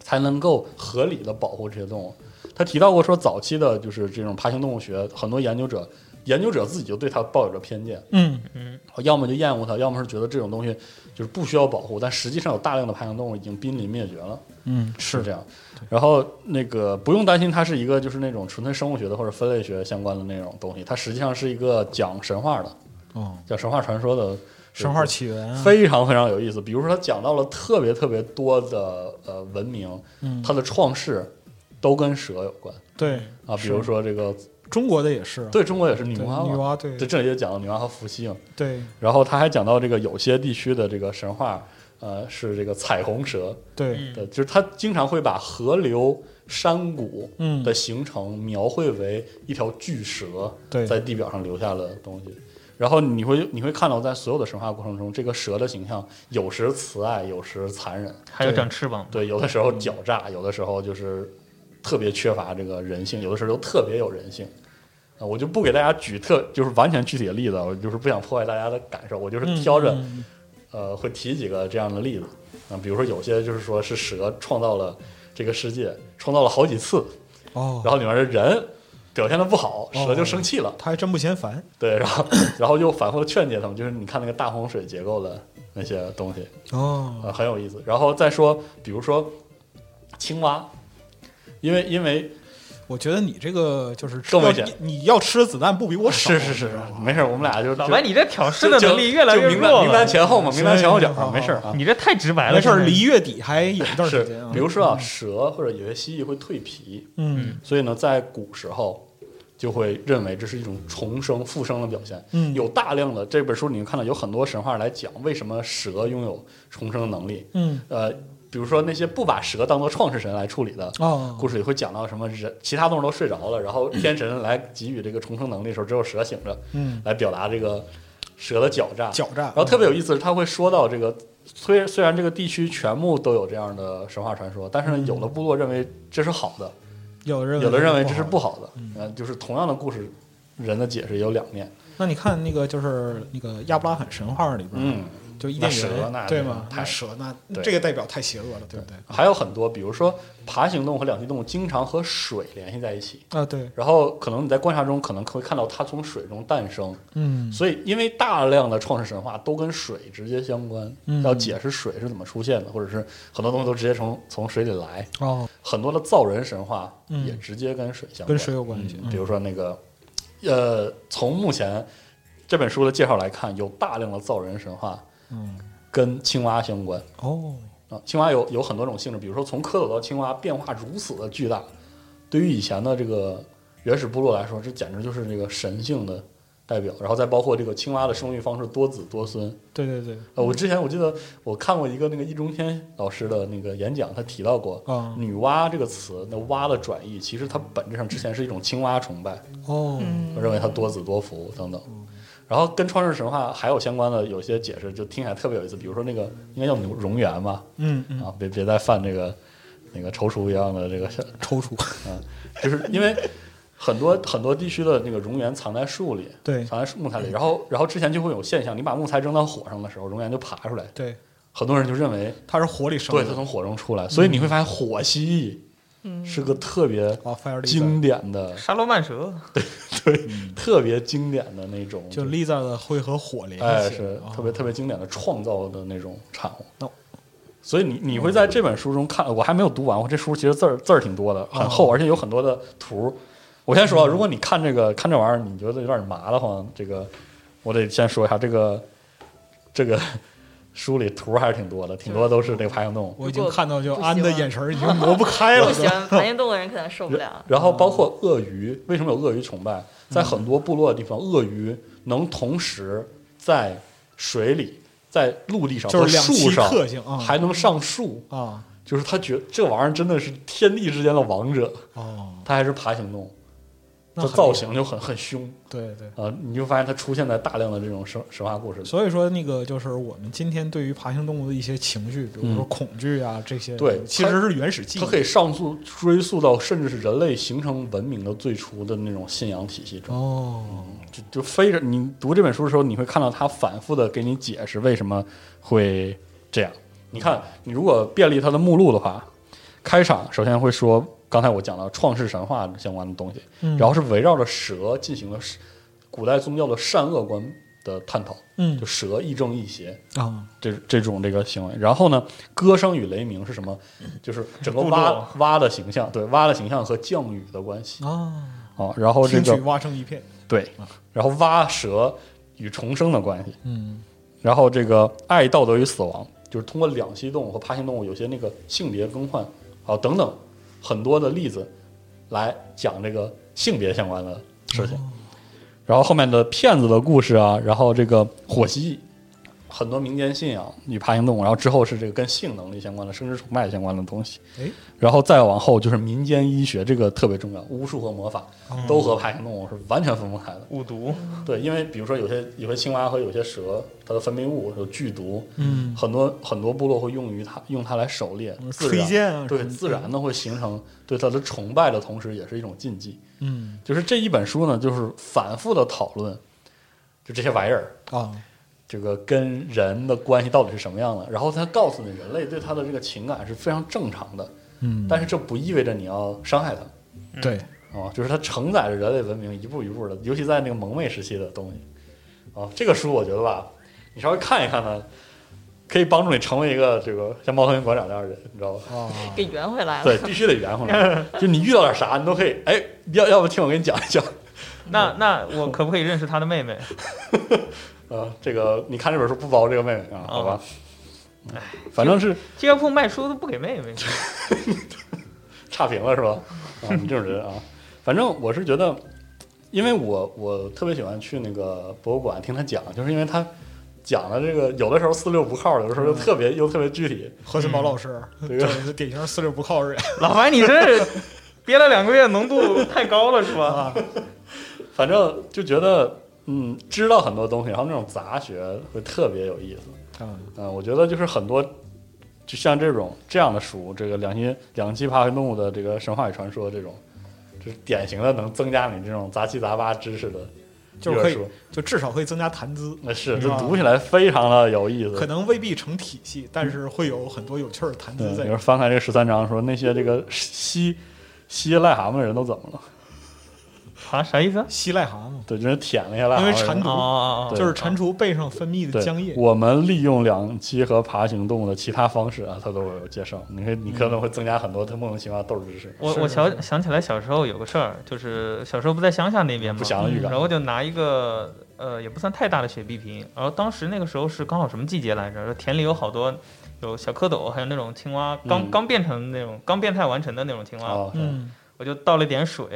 Speaker 4: 才能够合理的保护这些动物。他提到过说，早期的就是这种爬行动物学，很多研究者研究者自己就对它抱有着偏见，
Speaker 6: 嗯
Speaker 2: 嗯，
Speaker 4: 要么就厌恶它，要么是觉得这种东西就是不需要保护，但实际上有大量的爬行动物已经濒临灭绝了。
Speaker 6: 嗯
Speaker 4: 是这样。然后那个不用担心，它是一个就是那种纯粹生物学的或者分类学相关的那种东西，它实际上是一个讲神话的，
Speaker 6: 哦，
Speaker 4: 讲神话传说的
Speaker 6: 神话起源啊
Speaker 4: 非常非常有意思。比如说，它讲到了特别特别多的呃文明，
Speaker 6: 嗯
Speaker 4: 它的创世都跟蛇有关
Speaker 6: 对
Speaker 4: 啊，比
Speaker 6: 是
Speaker 4: 如说这个
Speaker 6: 中国的也是啊
Speaker 4: 对中国也是女
Speaker 6: 对
Speaker 4: 娲
Speaker 6: 女
Speaker 4: 嘛，
Speaker 6: 娲对
Speaker 4: 这这里也讲了女娲和伏羲嘛。
Speaker 6: 对
Speaker 4: 然后他还讲到这个有些地区的这个神话，呃，是这个彩虹蛇，
Speaker 6: 对
Speaker 4: 对，就是他经常会把河流、山谷
Speaker 6: 嗯
Speaker 4: 的形成描绘为一条巨蛇
Speaker 6: 对
Speaker 4: 在地表上留下的东西。然后你会你会看到，在所有的神话过程中，这个蛇的形象有时慈爱，有时残忍，
Speaker 2: 还有长翅膀。
Speaker 4: 对，有的时候狡诈，有的时候就是特别缺乏这个人性，有的时候又特别有人性。啊，我就不给大家举特就是完全具体的例子啊，我就是不想破坏大家的感受，我就是挑着、
Speaker 6: 嗯
Speaker 4: 呃，会提几个这样的例子啊、比如说有些就是说是蛇创造了这个世界，创造了好几次，
Speaker 6: 哦
Speaker 4: 然后里面的人表现的不好，
Speaker 6: 哦
Speaker 4: 蛇就生气了。
Speaker 6: 他还真不嫌烦。
Speaker 4: 对，然后然后又反复劝诫他们，就是你看那个大洪水结构的那些东西，
Speaker 6: 哦，
Speaker 4: 啊，很有意思。然后再说，比如说青蛙，因为因为
Speaker 6: 我觉得你这个就是吃
Speaker 4: 更危
Speaker 6: 到
Speaker 4: 险
Speaker 6: 你你要吃的子弹不比我少，
Speaker 4: 是是是，没事儿，我们俩就
Speaker 2: 老
Speaker 4: 就
Speaker 2: 白，你这挑事
Speaker 4: 就
Speaker 2: 的
Speaker 4: 就
Speaker 2: 能力越来
Speaker 4: 就
Speaker 2: 越
Speaker 4: 名单
Speaker 2: 弱
Speaker 4: 名单
Speaker 2: 了，
Speaker 4: 前后嘛，名单前后脚
Speaker 6: 行
Speaker 4: 嘛，没事儿啊。
Speaker 2: 你这太直白了。
Speaker 6: 没事儿，
Speaker 2: 真的
Speaker 6: 离月底还有一段时间
Speaker 4: 是
Speaker 6: 啊。，
Speaker 4: 比如说啊，蛇或者有些蜥蜴会蜕皮，
Speaker 6: 嗯，
Speaker 4: 所以呢，在古时候就会认为这是一种重生、复生的表现。
Speaker 6: 嗯
Speaker 4: 有大量的这本书你能看到有很多神话来讲为什么蛇拥有重生的能力。
Speaker 6: 嗯
Speaker 4: 呃，比如说那些不把蛇当做创世神来处理的，
Speaker 6: 哦，
Speaker 4: 故事里会讲到什么人，其他动物都睡着了，然后天神来给予这个重生能力的时候，只有蛇醒着，
Speaker 6: 嗯，
Speaker 4: 来表达这个蛇的狡诈。
Speaker 6: 狡诈。
Speaker 4: 然后特别有意思的是，他会说到这个，虽虽然这个地区全部都有这样的神话传说，但是呢，
Speaker 6: 嗯
Speaker 4: 有的部落认为这是好的，
Speaker 6: 有人
Speaker 4: 有的认为这是
Speaker 6: 好
Speaker 4: 不好的
Speaker 6: 嗯。
Speaker 4: 嗯，就是同样的故事，人的解释也有两面。
Speaker 6: 那你看那个就是那个亚伯拉罕神话里边，
Speaker 4: 嗯，
Speaker 6: 就伊甸
Speaker 4: 那蛇那就
Speaker 6: 园，对吗？
Speaker 4: 太
Speaker 6: 那蛇那
Speaker 4: 对
Speaker 6: 这个代表太邪恶了，对不对？
Speaker 4: 还有很多，比如说爬行动物和两栖动物经常和水联系在一起，
Speaker 6: 啊，对，
Speaker 4: 然后可能你在观察中可能会看到它从水中诞生。
Speaker 6: 嗯，
Speaker 4: 所以，因为大量的创世神话都跟水直接相关，
Speaker 6: 嗯
Speaker 4: 要解释水是怎么出现的，或者是很多东西都直接从从水里来。
Speaker 6: 哦，
Speaker 4: 很多的造人神话
Speaker 6: 嗯
Speaker 4: 也直接跟水相关，
Speaker 6: 跟水有关系，
Speaker 4: 嗯比如说那个，呃，从目前这本书的介绍来看，有大量的造人神话
Speaker 6: 嗯，
Speaker 4: 跟青蛙相关
Speaker 6: 哦，
Speaker 4: 啊。青蛙有有很多种性质，比如说从蝌蚪到青蛙变化如此的巨大，对于以前的这个原始部落来说，这简直就是这个神性的代表。然后再包括这个青蛙的生育方式多子多孙，
Speaker 6: 对对对，
Speaker 4: 呃，我之前我记得我看过一个那个易中天老师的那个演讲，他提到过“
Speaker 6: 啊，
Speaker 4: 女娲”这个词，那“蛙”的转义其实它本质上之前是一种青蛙崇拜，
Speaker 6: 哦，
Speaker 5: 嗯，
Speaker 4: 认为它多子多福等等。然后跟创世神话还有相关的有些解释，就听起来特别有意思。比如说那个应该叫牛蝾螈吧，
Speaker 6: 嗯嗯，
Speaker 4: 啊，别别再犯这个那个踌躇一样的这个，
Speaker 6: 抽搐，
Speaker 4: 就是因为很多很多地区的那个蝾螈藏在树里，
Speaker 6: 对
Speaker 4: 藏在树木材里，然后然后之前就会有现象，你把木材扔到火上的时候，蝾螈就爬出来。
Speaker 6: 对，
Speaker 4: 很多人就认为
Speaker 6: 它是火里生
Speaker 4: 对，它
Speaker 6: 的，
Speaker 4: 从火中出来，所以你会发现火蜥蜴是个特别
Speaker 6: 啊，fire 嗯
Speaker 4: 经
Speaker 6: lizard，
Speaker 4: 典的，
Speaker 2: 沙罗曼蛇，
Speaker 4: 特别经典的那种，
Speaker 6: 就 lizard 会和火联
Speaker 4: 哎
Speaker 6: 系，
Speaker 4: 是
Speaker 6: 啊
Speaker 4: 特别特别经典的创造的那种产物
Speaker 6: 哦。
Speaker 4: 所以你你会在这本书中看，我还没有读完，我这书其实字儿字儿挺多的，很
Speaker 6: 嗯
Speaker 4: 厚，而且有很多的图。我先说啊，如果你看这个看这玩意儿，你觉得有点麻的慌，这个我得先说一下，这个这个 (laughs) 书里图还是挺多的，挺多都是这个爬行动物。
Speaker 6: 我已经看到就
Speaker 5: 不
Speaker 6: 安的
Speaker 5: 行啊
Speaker 6: 眼神儿已经挪不开
Speaker 5: (laughs) (laughs) 不
Speaker 6: 了，
Speaker 5: 喜欢爬行动物的人可能受不了。嗯
Speaker 4: 然后包括鳄鱼，为什么有鳄鱼崇拜？在很多部落的地方，鳄鱼能同时在水里、在陆地上
Speaker 6: 就
Speaker 4: 和
Speaker 6: 是两
Speaker 4: 树
Speaker 6: 栖
Speaker 4: 上，
Speaker 6: 特性啊，
Speaker 4: 还能上树，
Speaker 6: 啊，
Speaker 4: 就是他觉这玩意儿真的是天地之间的王者。
Speaker 6: 哦，
Speaker 4: 它还是爬行动物，
Speaker 6: 那
Speaker 4: 这
Speaker 6: 很
Speaker 4: 造
Speaker 6: 厉害，
Speaker 4: 型就很很凶
Speaker 6: 对对。
Speaker 4: 啊、你就发现它出现在大量的这种神神话故事里。
Speaker 6: 所以说，那个就是我们今天对于爬行动物的一些情绪，比如说
Speaker 4: 嗯
Speaker 6: 恐惧啊、这些，
Speaker 4: 对
Speaker 6: 其实是原始记忆
Speaker 4: 它。可以上溯追溯到甚至是人类形成文明的最初的那种信仰体系中。
Speaker 6: 哦，
Speaker 4: 就就非常，你读这本书的时候，你会看到他反复的给你解释为什么会这样。你看，你如果便利它的目录的话，开场首先会说刚才我讲到创世神话相关的东西，
Speaker 6: 嗯
Speaker 4: 然后是围绕着蛇进行了是古代宗教的善恶观的探讨，
Speaker 6: 嗯
Speaker 4: 就蛇亦正亦邪，
Speaker 6: 啊，
Speaker 4: 这这种这个行为。然后呢，歌声与雷鸣是什么？就是整个
Speaker 2: 部
Speaker 4: 蛙
Speaker 2: 落
Speaker 4: 蛙的形象，对蛙的形象和降雨的关系
Speaker 6: 啊，
Speaker 4: 啊。然后这
Speaker 6: 听
Speaker 4: 个
Speaker 6: 取蛙声一片。
Speaker 4: 对，然后蛙蛇与重生的关系，
Speaker 6: 嗯
Speaker 4: 然后这个爱道德与死亡，就是通过两栖动物和爬行动物有些那个性别更换啊等等很多的例子来讲这个性别相关的事情。然后后面的骗子的故事啊，然后这个火蜥蜴，很多民间信仰与爬行动物，然后之后是这个跟性能力相关的、生殖崇拜相关的东西。
Speaker 6: 哎，
Speaker 4: 然后再往后就是民间医学，这个特别重要，巫术和魔法都和爬行动物是完全分不开的。
Speaker 2: 五毒，
Speaker 4: 对，因为比如说有些有些青蛙和有些蛇，它的分泌物有剧毒，
Speaker 6: 嗯，
Speaker 4: 很多很多部落会用于它用它来狩猎，自
Speaker 6: 推
Speaker 4: 然
Speaker 6: 荐啊，
Speaker 4: 对
Speaker 6: 什么的
Speaker 4: 自然。的会形成对它的崇拜的同时，也是一种禁忌。
Speaker 6: 嗯
Speaker 4: 就是这一本书呢，就是反复的讨论，就这些玩意儿，
Speaker 6: 啊，
Speaker 4: 这个跟人的关系到底是什么样的。然后它告诉你，人类对它的这个情感是非常正常的，
Speaker 6: 嗯，
Speaker 4: 但是这不意味着你要伤害它。
Speaker 6: 对，
Speaker 4: 啊，就是它承载着人类文明一步一步的，尤其在那个蒙昧时期的东西啊。这个书我觉得吧，你稍微看一看呢，可以帮助你成为一个这个像猫头鹰馆长这样的人，你知道吧？
Speaker 6: 啊，
Speaker 5: 给圆回来了。
Speaker 4: 对，必须得圆回来。就你遇到点啥，你都可以，哎，要要不听我给你讲一讲
Speaker 6: 嗯
Speaker 2: 那那我可不可以认识他的妹妹？
Speaker 4: 啊？这个你看这本书不包这个妹妹啊，好吧嗯
Speaker 2: 哦？
Speaker 4: 反正是
Speaker 2: 机械铺卖书都不给妹 (laughs) 妹，
Speaker 4: 差评了是
Speaker 6: (laughs)
Speaker 4: 吧？啊，你这种人啊，反正我是觉得，因为我我特别喜欢去那个博物馆听他讲，就是因为他讲的这个有的时候四六不靠，有的时候又特
Speaker 6: 嗯
Speaker 4: 别、又特别具体。
Speaker 6: 何森宝老师，
Speaker 4: 对
Speaker 6: 这是典型四六不靠人
Speaker 2: 老樊你真
Speaker 6: (laughs)
Speaker 2: 是憋了两个月，浓度太高了是吧？
Speaker 6: 啊，
Speaker 4: 反正就觉得嗯，知道很多东西，然后那种杂学会特别有意思。
Speaker 6: 啊，
Speaker 4: 嗯，我觉得就是很多，就像这种这样的书，这个两栖两栖爬行动物的这个神话与传说这种，就是典型的能增加你这种杂七杂八知识的
Speaker 6: 就
Speaker 4: 一
Speaker 6: 是
Speaker 4: 本
Speaker 6: 可以
Speaker 4: 书。
Speaker 6: 就至少会增加谈资，
Speaker 4: 那是，
Speaker 6: 嗯
Speaker 4: 这读起来非常的有意
Speaker 6: 可
Speaker 4: 思。
Speaker 6: 能未必成体系，但是会有很多有趣儿的谈
Speaker 4: 嗯
Speaker 6: 资在
Speaker 4: 比
Speaker 6: 里
Speaker 4: 如
Speaker 6: 面。
Speaker 4: 翻开这十三章，说那些这个吸吸癞蛤蟆的人都怎么了？
Speaker 2: 啊，啥意思啊？
Speaker 6: (laughs) 吸癞蛤蟆，
Speaker 4: 对，就是舔那些癞蛤蟆
Speaker 6: 因
Speaker 4: 人。
Speaker 6: 为馋
Speaker 2: 哦
Speaker 6: 毒
Speaker 2: 哦哦，
Speaker 6: 就是蟾蜍背上分泌的
Speaker 4: 啊对
Speaker 6: 浆液，
Speaker 4: 我们利用两栖和爬行动物的其他方式啊，它都有介绍。你可以，你可能会增加很多它莫名其妙的豆知识。
Speaker 2: 我
Speaker 6: 是
Speaker 2: 我
Speaker 6: 是
Speaker 2: 想想起来小时候有个事儿，就是小时候不在乡下那边嘛，
Speaker 4: 不祥的预感
Speaker 2: 然后就拿一个呃也不算太大的雪碧瓶，然后当时那个时候是刚好什么季节来着？说田里有好多有小蝌蚪，还有那种青蛙，刚、
Speaker 4: 嗯
Speaker 2: 刚变成那种刚变态完成的那种青蛙，
Speaker 4: 啊，
Speaker 6: 嗯，
Speaker 2: 我就倒了点水，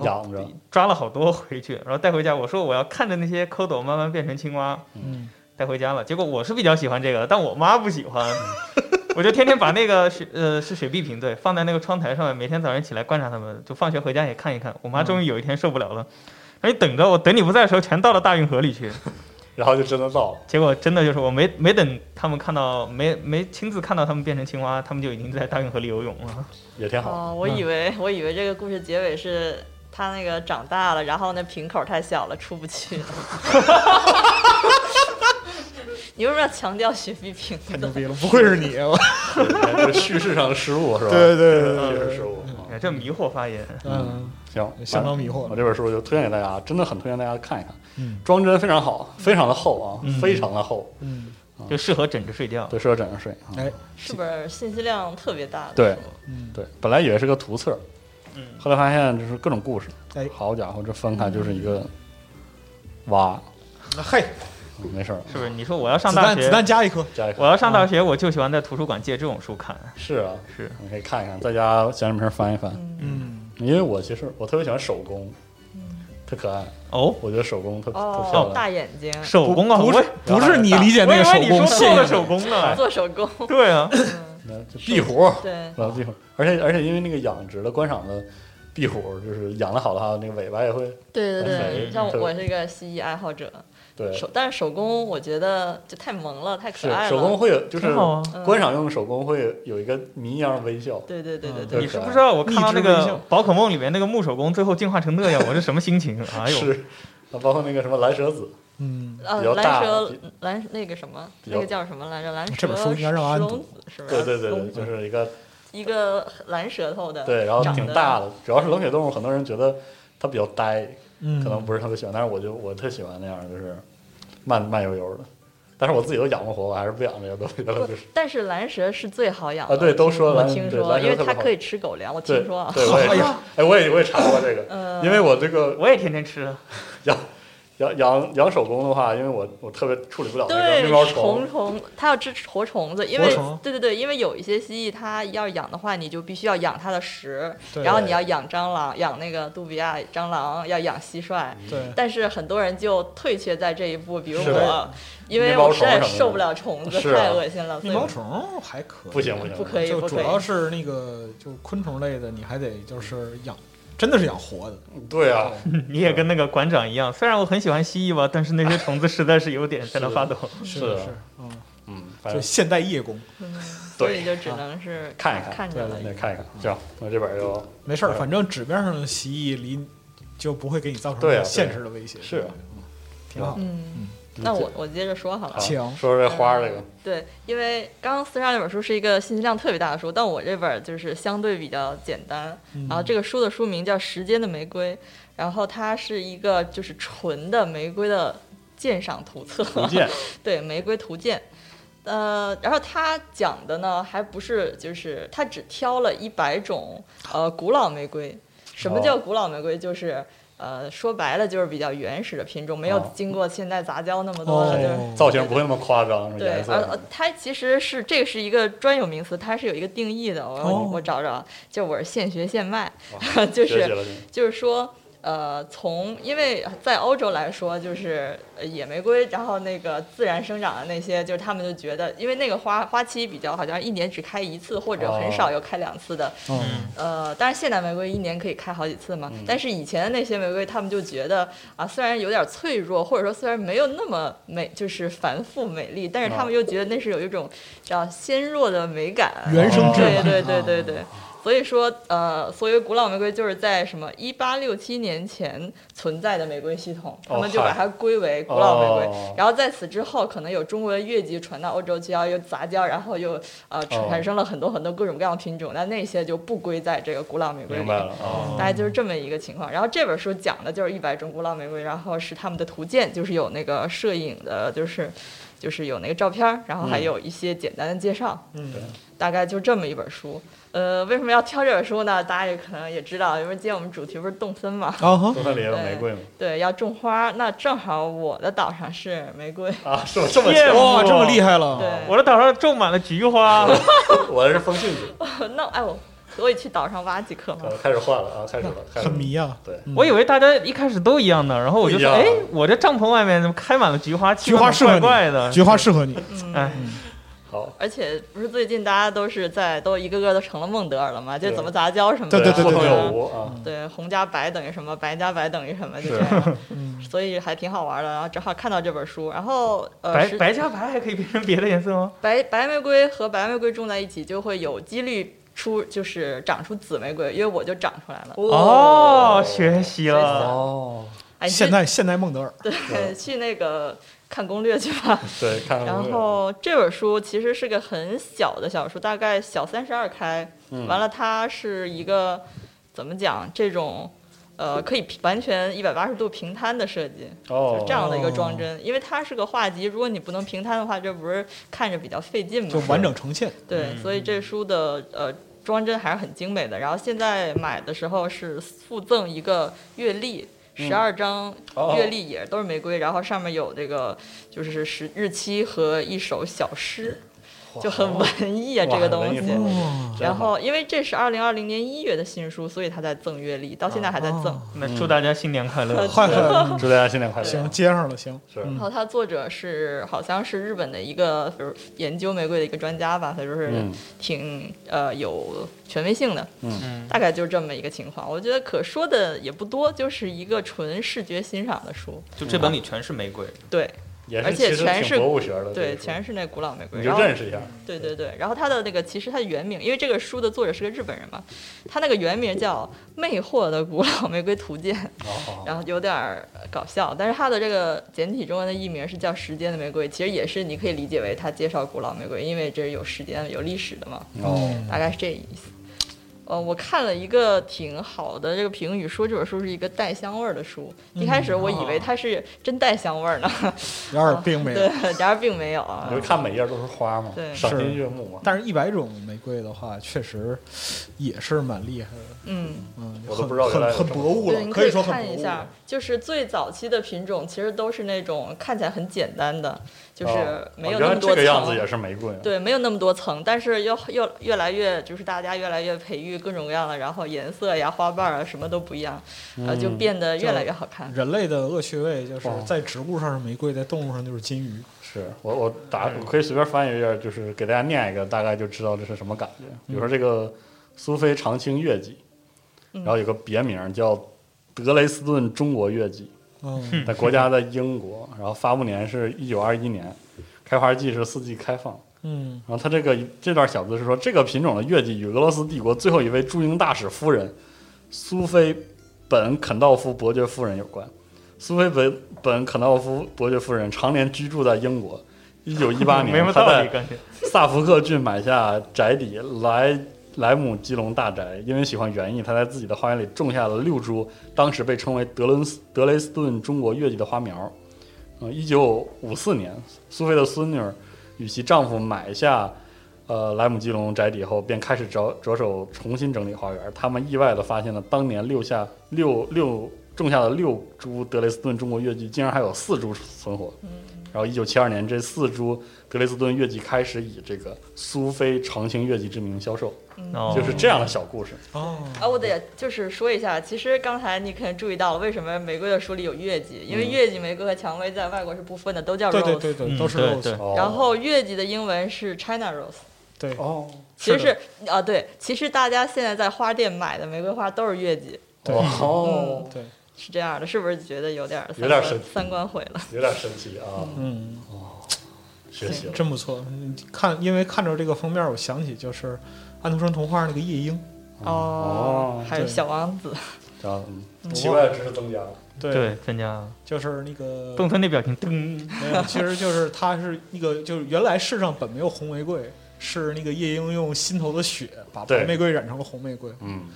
Speaker 2: 然后
Speaker 4: 养着，
Speaker 2: 抓了好多回去，然后带回家。我说我要看着那些蝌蚪慢慢变成青蛙，
Speaker 6: 嗯，
Speaker 2: 带回家了。结果我是比较喜欢这个的，但我妈不喜欢。
Speaker 6: (laughs)
Speaker 2: 我就天天把那个雪呃是雪碧瓶对放在那个窗台上面，每天早上起来观察它们，就放学回家也看一看。我妈
Speaker 6: 嗯
Speaker 2: 终于有一天受不了了，哎，等着我等你不在的时候全倒到大运河里去。
Speaker 4: 然后就真的到了。
Speaker 2: 结果真的就是我没没等他们看到没没亲自看到他们变成青蛙，他们就已经在大运河里游泳了。
Speaker 4: 也挺好。
Speaker 5: 哦，我以为我以为这个故事结尾是他那个长大了，然后那瓶口太小了 (laughs) 出不去。你为什么要强调雪碧瓶
Speaker 6: 太牛
Speaker 5: 的？
Speaker 6: 逼 (laughs) 了，不愧是你，啊我
Speaker 4: 这叙事上的失误是吧？
Speaker 6: 对对对对
Speaker 4: 叙
Speaker 6: 对
Speaker 4: 事失误。啊
Speaker 2: 哎，这迷惑发言，
Speaker 6: 嗯，
Speaker 4: 行，
Speaker 6: 相当迷惑
Speaker 4: 我这本书就推荐给大家，真的很推荐大家看一看。
Speaker 6: 嗯
Speaker 4: 装帧非常好，非常的厚啊，
Speaker 2: 嗯
Speaker 4: 非常的厚，
Speaker 6: 嗯，
Speaker 2: 就适合枕着睡觉。
Speaker 4: 对，适合枕着睡啊。
Speaker 6: 哎，
Speaker 5: 是不是信息量特别大的？
Speaker 4: 对，
Speaker 6: 嗯，
Speaker 4: 对，本来以为是个图册，
Speaker 2: 嗯
Speaker 4: 后来发现就是各种故事。
Speaker 6: 哎嗯
Speaker 4: 好家伙，这翻开就是一个蛙，
Speaker 6: 那嘿，
Speaker 4: 嗯没事儿，
Speaker 2: 是不是？你说我要上
Speaker 6: 子
Speaker 2: 大
Speaker 6: 弹
Speaker 2: 学
Speaker 6: 子，弹加一颗，
Speaker 4: 家里可
Speaker 2: 我要上大学，我就喜欢在图书馆借这种书看。
Speaker 4: 是啊，
Speaker 2: 是，
Speaker 4: 你可以看一看，在家闲着没事儿翻一翻。
Speaker 6: 嗯，
Speaker 4: 因为我其实我特别喜欢手工，特可爱，
Speaker 2: 哦，
Speaker 4: 我觉得手工特特漂
Speaker 5: 嗯哦，
Speaker 4: 亮。
Speaker 5: 大眼睛
Speaker 2: 手工啊，
Speaker 6: 不
Speaker 2: 我
Speaker 6: 是不 (laughs) 是你理解
Speaker 2: 我
Speaker 6: 那
Speaker 2: 以
Speaker 6: 个手
Speaker 2: 为你
Speaker 6: 工，啊
Speaker 2: 说
Speaker 6: 谢
Speaker 2: 做
Speaker 6: 谢
Speaker 2: 了
Speaker 6: 你
Speaker 2: 手工呢。
Speaker 5: 做手工，
Speaker 2: 对啊，
Speaker 4: 那就
Speaker 6: 壁虎，
Speaker 5: 对，
Speaker 4: 老壁虎，而且而且因为那个养殖的观赏的壁虎，就是养的好的话，那个尾巴也会
Speaker 5: 对对
Speaker 4: 哎
Speaker 5: 对，像
Speaker 4: 对
Speaker 5: 我是一个蜥蜴爱好者，
Speaker 4: 对
Speaker 5: 手但是手工我觉得就太萌了，太
Speaker 4: 是
Speaker 5: 可爱了。
Speaker 4: 手工会有就是
Speaker 2: 挺好啊。
Speaker 5: 嗯
Speaker 4: 观赏用的手工会有一个谜一样的微笑，
Speaker 5: 对对对对
Speaker 6: 嗯
Speaker 5: 对
Speaker 2: 你是不知道我看到那
Speaker 6: 逆之微笑
Speaker 2: 个宝可梦里面那个木手工最后进化成那样，我是什么心情？哎呦，
Speaker 4: 是。啊，包括那个什么蓝蛇子，
Speaker 6: 嗯，
Speaker 5: 呃
Speaker 4: 比较，大
Speaker 5: 蓝蛇
Speaker 4: 比
Speaker 5: 蓝那个什么，
Speaker 4: 比较
Speaker 5: 那个叫什么来着？蓝蛇
Speaker 6: 这本书应该让安
Speaker 5: 石
Speaker 6: 读
Speaker 5: 龙子是吧？
Speaker 4: 对对对
Speaker 5: 龙
Speaker 4: 对，就是一个
Speaker 5: 一个蓝舌头的，
Speaker 4: 对，然后
Speaker 5: 长
Speaker 4: 挺
Speaker 5: 得
Speaker 4: 大的，主要是冷血动物，很多人觉得它比较呆，
Speaker 6: 嗯，
Speaker 4: 可能不是特别喜欢，但是我就我特喜欢那样，就是慢慢悠悠的。但是我自己都养不活，我还是不养这个东西了，就是
Speaker 5: 但是蓝蛇是最好养的。
Speaker 4: 啊对都说
Speaker 5: 我
Speaker 4: 蓝
Speaker 5: 听
Speaker 4: 对
Speaker 5: 说，
Speaker 4: 蓝蛇
Speaker 5: 因为
Speaker 4: 特别
Speaker 5: 它
Speaker 4: 好
Speaker 5: 可以吃狗粮，我
Speaker 4: 对
Speaker 5: 听说啊。
Speaker 4: 对，
Speaker 5: (laughs)
Speaker 4: 我也
Speaker 6: 哎
Speaker 4: 是
Speaker 6: 呀，
Speaker 4: 哎，我也我也查过这个，
Speaker 5: 呃，
Speaker 4: 因为我这个
Speaker 2: 我也天天吃。啊
Speaker 4: 养养养养手工的话，因为我我特别处理不了
Speaker 5: (laughs)
Speaker 4: 那个
Speaker 5: 对
Speaker 4: 面包
Speaker 5: 虫虫，它要吃活虫子，因
Speaker 6: 活
Speaker 5: 为
Speaker 6: 虫
Speaker 5: 对对对，因为有一些蜥蜴，它要养的话，你就必须要养它的食，
Speaker 6: 对
Speaker 5: 然后你要养蟑螂，养那个杜比亚蟑螂，要养蟋蟀。
Speaker 4: (laughs)
Speaker 6: 对，
Speaker 5: 但是很多人就退却在这一步，比如
Speaker 4: 是
Speaker 5: 我，因为
Speaker 4: 面包
Speaker 5: 我实在
Speaker 4: 虫什么的
Speaker 5: 受不了虫子，
Speaker 4: 是啊
Speaker 5: 太恶心了，所
Speaker 6: 蜜
Speaker 5: 以
Speaker 6: 毛虫还可以，
Speaker 4: 不行不行，
Speaker 5: 不可以，
Speaker 6: 就
Speaker 5: 不
Speaker 6: 主
Speaker 5: 可以。
Speaker 6: 要是那个就昆虫类的，你还得就是养，真的是养活的，
Speaker 4: 对啊，
Speaker 2: (laughs)
Speaker 5: 嗯
Speaker 2: 你也跟那个馆长一样，虽然我很喜欢蜥蜴吧，但是那些虫子实在是有点在那发抖。
Speaker 6: 是
Speaker 4: 是
Speaker 6: 是，嗯，
Speaker 4: 嗯，反
Speaker 6: 就
Speaker 4: 正
Speaker 6: 现代夜工，
Speaker 5: 嗯，所
Speaker 4: 对
Speaker 5: 以就只能是
Speaker 4: 看一看
Speaker 5: 看着了
Speaker 6: 对。
Speaker 4: 那看一看，行，那这本儿就
Speaker 6: 没事儿，
Speaker 4: 对
Speaker 6: 反正纸面上的蜥蜴离就不会给你造
Speaker 4: 对啊
Speaker 6: 成
Speaker 4: 对
Speaker 6: 现实的威胁，
Speaker 4: 是啊
Speaker 6: 挺好。
Speaker 5: 嗯，那我我接着说好了
Speaker 4: 好。
Speaker 6: 请
Speaker 4: 啊说说这花儿这个，
Speaker 5: 对，因为刚刚四十二那本书是一个信息量特别大的书，但我这本儿就是相对比较简单。
Speaker 4: 嗯
Speaker 5: 然后这个书的书名叫《时间的玫瑰》，然后它是一个就是纯的玫瑰的鉴赏图册，
Speaker 4: 福建
Speaker 5: 对，玫瑰图鉴。呃，然后它讲的呢，还不是就是它只挑了一百种呃古老玫瑰。什么
Speaker 4: 哦
Speaker 5: 叫古老玫瑰？就是呃说白了就是比较原始的品种，没有
Speaker 4: 哦
Speaker 5: 经过现代杂交那么多的，就是
Speaker 6: 哦，
Speaker 4: 造型不会那么夸张，是吧
Speaker 5: 对
Speaker 4: 颜，色
Speaker 5: 呃，呃它其实是这个是一个专有名词，它是有一个定义的。我、
Speaker 6: 哦
Speaker 5: 我找找，就我是现学现卖，
Speaker 4: 哇
Speaker 5: (laughs) 就
Speaker 4: 哦学习了
Speaker 5: 是
Speaker 4: 这个
Speaker 5: 就是说，呃，从因为在欧洲来说，就是呃野玫瑰，然后那个自然生长的那些，就是他们就觉得，因为那个花花期比较好像一年只开一次，或者很少有开两次的。
Speaker 6: 哦嗯
Speaker 5: 呃，当然现代玫瑰一年可以开好几次嘛，但是以前的那些玫瑰，他们就觉得啊，虽然有点脆弱，或者说虽然没有那么美，就是繁复美丽，但是
Speaker 6: 哦
Speaker 5: 他们又觉得那是有一种叫纤弱的美感，
Speaker 6: 原生
Speaker 4: 质
Speaker 5: 对
Speaker 6: 嘛
Speaker 5: 对对对
Speaker 6: 啊
Speaker 5: 对。所以说，呃，所谓古老玫瑰就是在什么一八六七年前存在的玫瑰系统，他们就把
Speaker 4: 哦嗨
Speaker 5: 它归为古老玫瑰。
Speaker 4: 哦
Speaker 5: 然后在此之后，可能有中国的越级传到欧洲去，然后又杂交，然后又呃
Speaker 4: 哦
Speaker 5: 产生了很多很多各种各样的品种。那那些就不归在这个古老玫瑰里
Speaker 4: 明白了。啊，
Speaker 5: 大概就是这么一个情况。然后这本书讲的就是一百种古老玫瑰，然后是他们的图鉴，就是有那个摄影的，就是就是有那个照片儿，然后还有一些简单的介绍。
Speaker 6: 嗯，
Speaker 5: 大概就这么一本书。呃，为什么要挑这本书呢？大家也可能也知道，因为今天我们主题不是动森嘛，
Speaker 6: 啊哈，
Speaker 4: 多森里有玫瑰吗？
Speaker 5: 对，要种花。那正好我的岛上是玫瑰，
Speaker 4: 啊，是吗？这么
Speaker 2: 耶
Speaker 4: 巧
Speaker 6: 哇，这么厉害了，
Speaker 5: 对，
Speaker 2: 我的岛上种满了菊花，
Speaker 6: 嗯
Speaker 4: 我这是风信子，
Speaker 5: 那哎我可以去岛上挖几颗吗？
Speaker 4: 呃开始换了啊，开始了，开始
Speaker 6: 很
Speaker 4: 了。
Speaker 6: 迷啊，
Speaker 4: 对，
Speaker 6: 嗯
Speaker 2: 我以为大家一开始都一样的，然后我就说，
Speaker 4: 不一
Speaker 2: 哎
Speaker 4: 样，
Speaker 2: 我这帐篷外面怎么开满了菊花？
Speaker 6: 菊花
Speaker 2: 气
Speaker 6: 适
Speaker 2: 氛
Speaker 6: 合
Speaker 2: 怪怪
Speaker 6: 你，
Speaker 2: 的，
Speaker 6: 菊花适合你，
Speaker 2: 哎，
Speaker 4: 好，
Speaker 5: 而且不是最近大家都是在都一个个都成了孟德尔了嘛，就怎么杂交什么的，
Speaker 6: 对对对
Speaker 4: 互
Speaker 6: 对
Speaker 4: 通
Speaker 6: 对
Speaker 4: 有无啊，
Speaker 5: 对红加白等于什么，白加白等于什么，就这
Speaker 4: 是
Speaker 5: 样，
Speaker 6: 嗯，
Speaker 5: 所以还挺好玩的。然后正好看到这本书，然后呃
Speaker 2: 白
Speaker 5: 是
Speaker 2: 白加白还可以变成别的颜色吗？
Speaker 5: 白白玫瑰和白玫瑰种在一起，就会有几率出就是长出紫玫瑰，因为我就长出来了。
Speaker 2: 哦，学习了。
Speaker 4: 哦，
Speaker 5: 哎，你去
Speaker 6: 现代现代孟德尔，
Speaker 5: 对去那个看攻略去吧。
Speaker 4: 对，看看有
Speaker 5: (laughs) 然
Speaker 4: 没有
Speaker 5: 后这本书其实是个很小的小说，大概小三十二开。
Speaker 4: 嗯
Speaker 5: 完了，它是一个怎么讲这种。呃，可以平完全一百八十度平摊的设计，
Speaker 4: 哦
Speaker 5: 就这样的一个装帧，因为它是个画集，如果你不能平摊的话，这不是看着比较费劲吗？
Speaker 4: 嗯
Speaker 6: 就完整呈现，
Speaker 5: 对，所以这书的呃装帧还是很精美的。然后现在买的时候是附赠一个月历。十二张
Speaker 4: 哦
Speaker 5: 月历也都是玫瑰，然后上面有这个就是时日期和一首小诗，就很文艺啊这个东西。
Speaker 6: 哦
Speaker 5: 然后因为这是二零二零年一月的新书，所以他在赠月历，到现在还在赠。
Speaker 2: 那祝大家新年快乐！
Speaker 6: 快快，
Speaker 4: 祝大家新年快乐。啊
Speaker 6: (laughs) 行，嗯接上了，行，
Speaker 4: 是
Speaker 5: 然后它作者是好像是日本的一个，比如研究玫瑰的一个专家吧，他就是
Speaker 4: 嗯
Speaker 5: 挺、呃有权威性的。
Speaker 4: 嗯，
Speaker 5: 大概就是这么一个情况。我觉得可说的也不多，就是一个纯视觉欣赏的书。
Speaker 2: 就这本里全是玫瑰，
Speaker 5: 对
Speaker 4: 也
Speaker 5: 而
Speaker 4: 是
Speaker 5: 且
Speaker 4: 其实
Speaker 5: 全是
Speaker 4: 挺博物学的，
Speaker 5: 对，
Speaker 4: 这个书
Speaker 5: 全是那古老玫瑰。
Speaker 4: 呃你
Speaker 5: 然
Speaker 4: 就
Speaker 5: 后
Speaker 4: 认识一下，
Speaker 5: 对对对，然后它的那个其实它的原名，因为这个书的作者是个日本人嘛，他那个原名叫《魅惑的古老玫瑰图鉴》，
Speaker 4: 哦，
Speaker 5: 然后有点儿搞笑，但是它的这个简体中文的译名是叫《时间的玫瑰》，其实也是你可以理解为它介绍古老玫瑰，因为这是有时间有历史的嘛。
Speaker 4: 哦，
Speaker 5: 大概是这意思。呃，我看了一个挺好的这个评语，说这本书是一个带香味儿的书。一开始我以为它是真带香味儿呢，
Speaker 6: 然而并哦没
Speaker 5: 对
Speaker 6: 有。，
Speaker 5: 然而并没有啊
Speaker 4: 你。就看每页都是花嘛，
Speaker 5: 对
Speaker 4: 赏
Speaker 6: 是
Speaker 4: 心悦目嘛。
Speaker 6: 但是，一百种玫瑰的话，确实也是蛮厉害的，
Speaker 5: 嗯，
Speaker 6: 嗯，
Speaker 4: 我都
Speaker 6: 很
Speaker 4: 不知道原来有
Speaker 6: 很很
Speaker 4: 这么
Speaker 6: 博物
Speaker 5: 对，
Speaker 6: 了，
Speaker 5: 你
Speaker 6: 可以
Speaker 5: 以
Speaker 6: 说很
Speaker 5: 看
Speaker 6: 博
Speaker 5: 一
Speaker 6: 物
Speaker 5: 下
Speaker 6: 了，，
Speaker 5: 就是最早期的品种其实都是那种看起来很简单的，就是
Speaker 4: 哦
Speaker 5: 没有
Speaker 4: 原
Speaker 5: 那
Speaker 4: 来
Speaker 5: 么多
Speaker 4: 这个样子
Speaker 5: 层
Speaker 4: 也。是玫瑰啊，
Speaker 5: 对，没有那么多层，但是又又越来越就是大家越来越培育各种各样的，然后颜色呀、花瓣儿啊什么都不一样，呃，就
Speaker 6: 嗯
Speaker 5: 变得越来越好看。
Speaker 6: 人类的恶趣味就是
Speaker 4: 哦
Speaker 6: 在植物上是玫瑰，在动物上就是金鱼。
Speaker 4: 是我我打我可以随便翻译一下，就是给大家念一个，大概就知道这是什么感觉。比如说这个苏菲长青月季，然后有个别名叫德雷斯顿中国月季， (laughs)
Speaker 6: 嗯，
Speaker 4: 但国家在英国，然后发布年是一九二一年，开花季是四季开放。
Speaker 6: 嗯，
Speaker 4: 然后他这个这段小字是说，这个品种的月季与俄罗斯帝国最后一位驻英大使夫人苏菲本肯道夫伯爵夫人有关。苏菲本本肯道夫伯爵夫人常年居住在英国。一九一八
Speaker 2: (laughs)
Speaker 4: 年，
Speaker 2: 没什么
Speaker 4: 她
Speaker 2: 道
Speaker 4: 在
Speaker 2: 理，感觉。
Speaker 4: (laughs) 萨福克郡买下宅邸莱莱姆基隆大宅，因为喜欢园艺，他在自己的花园里种下了六株当时被称为德伦斯德雷斯顿中国月季的花苗。嗯，一九五四年，苏菲的孙女儿与其丈夫买下呃莱姆基隆宅邸后，便开始着着手重新整理花园。他们意外地发现了当年六下六六种下的六株德雷斯顿中国月季，竟然还有四株存活。然后，一九七二年，这四株德累斯顿月季开始以这个苏菲长青月季之名销售，
Speaker 2: 哦
Speaker 4: 就是这样的小故事。
Speaker 6: 哦，
Speaker 5: 啊，我得就是说一下，其实刚才你可能注意到了，为什么玫瑰的书里有月季？因为月季、玫瑰和蔷薇在外国是不分的，都叫
Speaker 6: 嗯对
Speaker 5: rose。
Speaker 6: 对对对，
Speaker 2: 嗯
Speaker 6: 都是
Speaker 2: 对
Speaker 6: rose
Speaker 2: 对
Speaker 4: 哦
Speaker 5: 然后月季的英文是 China rose，
Speaker 6: 对
Speaker 4: 哦，
Speaker 5: 其实
Speaker 6: 是
Speaker 5: 是啊，对，其实大家现在在花店买的玫瑰花都是月季，
Speaker 6: 对
Speaker 4: 哦，
Speaker 6: 对，
Speaker 5: 是这样的，是不是觉得有点儿三
Speaker 4: 有点
Speaker 5: 观
Speaker 4: 神奇
Speaker 5: 三观毁了？
Speaker 4: (laughs) 有点神奇啊，
Speaker 6: 嗯，
Speaker 4: 学习了。
Speaker 6: 真不错。嗯看，因为看着这个封面，我想起就是安徒生童话那个夜莺，
Speaker 5: 哦，还有
Speaker 6: 对
Speaker 5: 小王子，
Speaker 4: 这样嗯奇怪的知识增加了。
Speaker 6: 对，
Speaker 2: 对，增加了
Speaker 6: 就是那个
Speaker 2: 邓芬那表情，噔， (laughs)
Speaker 6: 没有，其实就是它是一个，就是原来世上本没有红玫瑰，是那个夜莺用心头的血把
Speaker 4: 对
Speaker 6: 白玫瑰染成了红玫瑰。
Speaker 4: 嗯，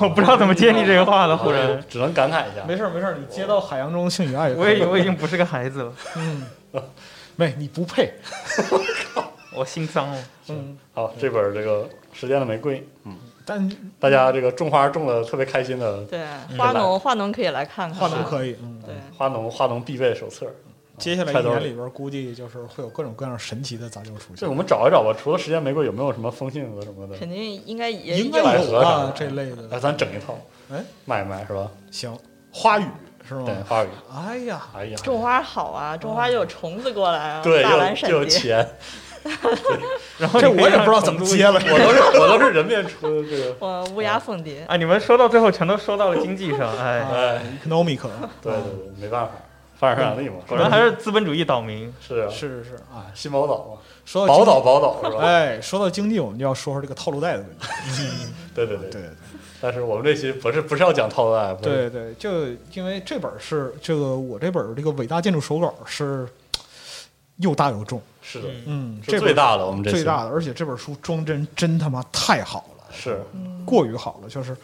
Speaker 2: 我不知道怎么接你这个话了，忽然。
Speaker 4: 啊只能感慨一下。
Speaker 6: 没事儿没事儿，你接到海洋中的性与爱也可以，
Speaker 2: 我已我已经不是个孩子了， (laughs)
Speaker 6: 嗯， (laughs) 没你不配，
Speaker 2: 我心脏了。
Speaker 6: 嗯，
Speaker 4: 好，这本这个《时间的玫瑰》，嗯，
Speaker 6: 但
Speaker 4: 大家这个种花种的特别开心的
Speaker 5: 对，花农花农可以来看啊看，
Speaker 6: 画能可以，嗯，
Speaker 5: 对。
Speaker 4: 花农花农必备手册。
Speaker 6: 接下来
Speaker 4: 揣
Speaker 6: 一
Speaker 4: 兜
Speaker 6: 年
Speaker 4: 里
Speaker 6: 里边，估计就是会有各种各样神奇的杂交出
Speaker 4: 这
Speaker 6: 现
Speaker 4: 我，们找一找吧，除了《时间玫瑰》，有没有什么风信子什么的？
Speaker 5: 肯定应该也
Speaker 6: 应该
Speaker 4: 百
Speaker 6: 有
Speaker 4: 合啥
Speaker 6: 吧
Speaker 4: 的
Speaker 6: 这类
Speaker 4: 哎，
Speaker 6: 的。
Speaker 4: 咱整一套，
Speaker 6: 哎，
Speaker 4: 卖一卖是吧？
Speaker 6: 行，花语是吗
Speaker 4: 对，？花语。
Speaker 6: 哎
Speaker 4: (laughs)
Speaker 6: 呀，
Speaker 4: 哎呀，
Speaker 5: 种花好啊，种花就有虫子过来啊，
Speaker 4: 对，
Speaker 5: 大蓝
Speaker 4: 又
Speaker 5: 闪
Speaker 4: 又有
Speaker 5: 蝶。
Speaker 4: 钱， (laughs)
Speaker 2: 然后
Speaker 6: 这
Speaker 2: 你可以
Speaker 6: 我也
Speaker 2: 让
Speaker 6: 不知道
Speaker 2: 成
Speaker 6: 怎么
Speaker 2: 都
Speaker 6: 接了。
Speaker 4: 我都是我都是人面出的这个，
Speaker 5: 我乌鸦凤蝶，
Speaker 2: 啊！你们说到最后全都说到了经济上，哎，
Speaker 4: 哎，
Speaker 6: economic，
Speaker 4: 对对对，没办法，发展生产力嘛，
Speaker 2: 果然还是资本主义倒霉。
Speaker 4: 是啊，哦
Speaker 6: 是是是啊，
Speaker 4: 新宝岛嘛，
Speaker 6: 说到
Speaker 4: 宝
Speaker 6: 经济
Speaker 4: 岛宝岛是吧？
Speaker 6: 哎，说到经济，我们就要说说这个套路贷的问题。
Speaker 4: 对对对
Speaker 6: 对对
Speaker 4: 但是我们这期不是不是要讲套路贷，不是
Speaker 6: 对对，就因为这本儿是这个我这本儿这个伟大建筑手稿是又大又重，
Speaker 4: 是的，
Speaker 6: 嗯，
Speaker 4: 是
Speaker 6: 这
Speaker 4: 最
Speaker 6: 本
Speaker 4: 大的我们这
Speaker 6: 最大的，而且这本书装帧真他妈太好了，
Speaker 4: 是
Speaker 6: 过于好了，就是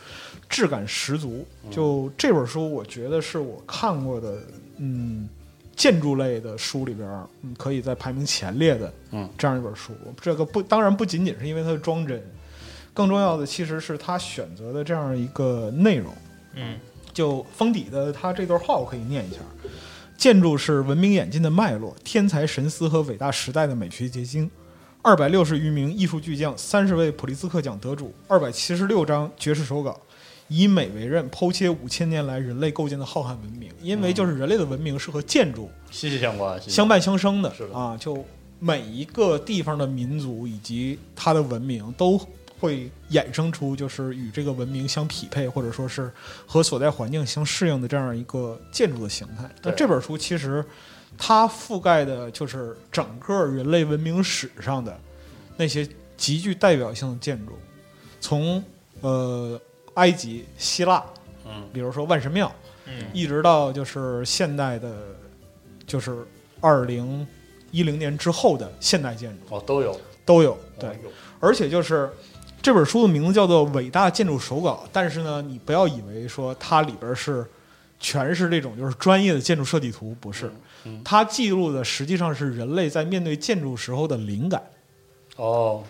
Speaker 6: 质感十足。就这本书，我觉得是我看过的，嗯，建筑类的书里边儿，嗯，可以在排名前列的，
Speaker 4: 嗯，
Speaker 6: 这样一本书。这个不，当然不仅仅是因为它的装帧，更重要的其实是他选择的这样一个内容。
Speaker 2: 嗯，
Speaker 6: 就封底的他这段话，我可以念一下。建筑是文明演进的脉络，天才神思和伟大时代的美学结晶。二百六十余名艺术巨匠，三十位普利兹克奖得主，二百七十六张绝世手稿，以美为刃，剖切五千年来人类构建的浩瀚文明。因为就是人类的文明是和建筑
Speaker 4: 息息相关，息息
Speaker 6: 相伴相生的
Speaker 4: 是的
Speaker 6: 啊，就每一个地方的民族以及它的文明都会衍生出就是与这个文明相匹配，或者说是和所在环境相适应的这样一个建筑的形态。那
Speaker 4: 对
Speaker 6: 这本书其实它覆盖的就是整个人类文明史上的那些极具代表性的建筑，从呃埃及、希腊，
Speaker 4: 嗯，
Speaker 6: 比如说万神庙，
Speaker 2: 嗯，
Speaker 6: 一直到就是现代的，就是二零一零年之后的现代建筑
Speaker 4: 哦都有，
Speaker 6: 都有。
Speaker 4: 哦
Speaker 6: 对，
Speaker 4: 有
Speaker 6: 而且就是这本书的名字叫做《伟大建筑手稿》，但是呢，你不要以为说它里边是全是这种就是专业的建筑设计图，不是，
Speaker 4: 嗯嗯
Speaker 6: 它记录的实际上是人类在面对建筑时候的灵感。
Speaker 4: 哦，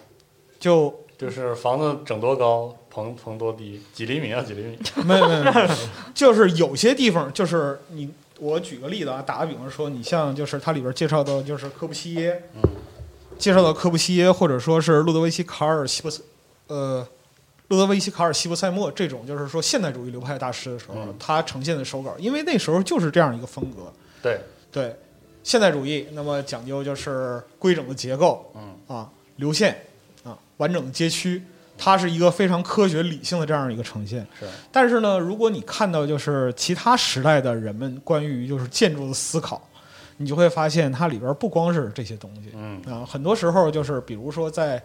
Speaker 6: 就
Speaker 4: 就是房子整多高，棚棚多低，几厘米啊几厘 (laughs) 米，
Speaker 6: 没有没有，没有 (laughs) 就是有些地方，就是你，我举个例子啊，打个比方说，你像就是它里边介绍到就是科布西耶，
Speaker 4: 嗯
Speaker 6: 介绍到科布西耶，或者说是路德维希·卡尔西伯斯，呃，路德维希·卡尔西伯塞默这种，就是说现代主义流派大师的时候，
Speaker 4: 嗯
Speaker 6: 他呈现的手稿，因为那时候就是这样一个风格，
Speaker 4: 对，
Speaker 6: 对，现代主义那么讲究就是规整的结构，
Speaker 4: 嗯
Speaker 6: 啊，流线啊，完整的街区，它是一个非常科学理性的这样一个呈现。
Speaker 4: 是
Speaker 6: 但是呢，如果你看到就是其他时代的人们关于就是建筑的思考，你就会发现它里边不光是这些东西
Speaker 4: 嗯
Speaker 6: 啊，很多时候就是比如说在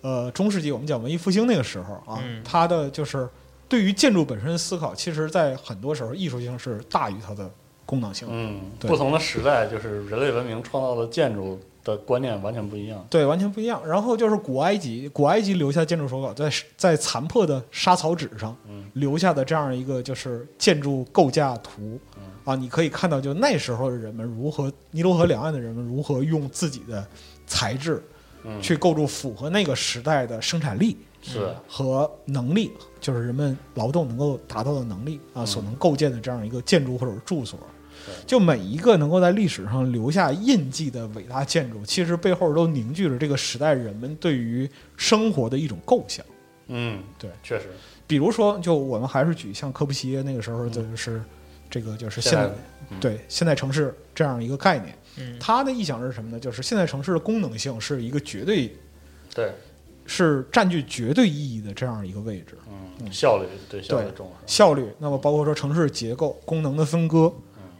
Speaker 6: 呃中世纪我们讲文艺复兴那个时候啊
Speaker 2: 嗯，
Speaker 6: 它的就是对于建筑本身的思考，其实在很多时候艺术性是大于它的功能性的。
Speaker 4: 嗯，
Speaker 6: 对
Speaker 4: 不同的时代就是人类文明创造的建筑的观念完全不一样。
Speaker 6: 对，完全不一样。然后就是古埃及，古埃及留下建筑手稿，在在残破的沙草纸上
Speaker 4: 嗯
Speaker 6: 留下的这样一个就是建筑构架图
Speaker 4: 嗯
Speaker 6: 啊，你可以看到，就那时候的人们如何，尼罗河两岸的人们如何用自己的材质
Speaker 4: 嗯，
Speaker 6: 去构筑符合那个时代的生产力
Speaker 4: 是的，
Speaker 6: 和能力，就是人们劳动能够达到的能力啊，
Speaker 4: 嗯
Speaker 6: 所能构建的这样一个建筑或者住所
Speaker 4: 对。
Speaker 6: 就每一个能够在历史上留下印记的伟大建筑，其实背后都凝聚着这个时代人们对于生活的一种构想。
Speaker 4: 嗯，
Speaker 6: 对，
Speaker 4: 确实，
Speaker 6: 比如说，就我们还是举像科布西耶那个时候，就是这个就是
Speaker 4: 嗯
Speaker 6: 现
Speaker 4: 现代
Speaker 6: 代
Speaker 4: 的嗯
Speaker 6: 对现代城市这样一个概念。
Speaker 2: 嗯，
Speaker 6: 它的意想是什么呢？就是现代城市的功能性是一个绝对
Speaker 4: 对，
Speaker 6: 是占据绝对意义的这样一个位置。
Speaker 4: 嗯，效率对效率
Speaker 6: 对
Speaker 4: 重视，
Speaker 6: 效率，那么包括说城市结构、功能的分割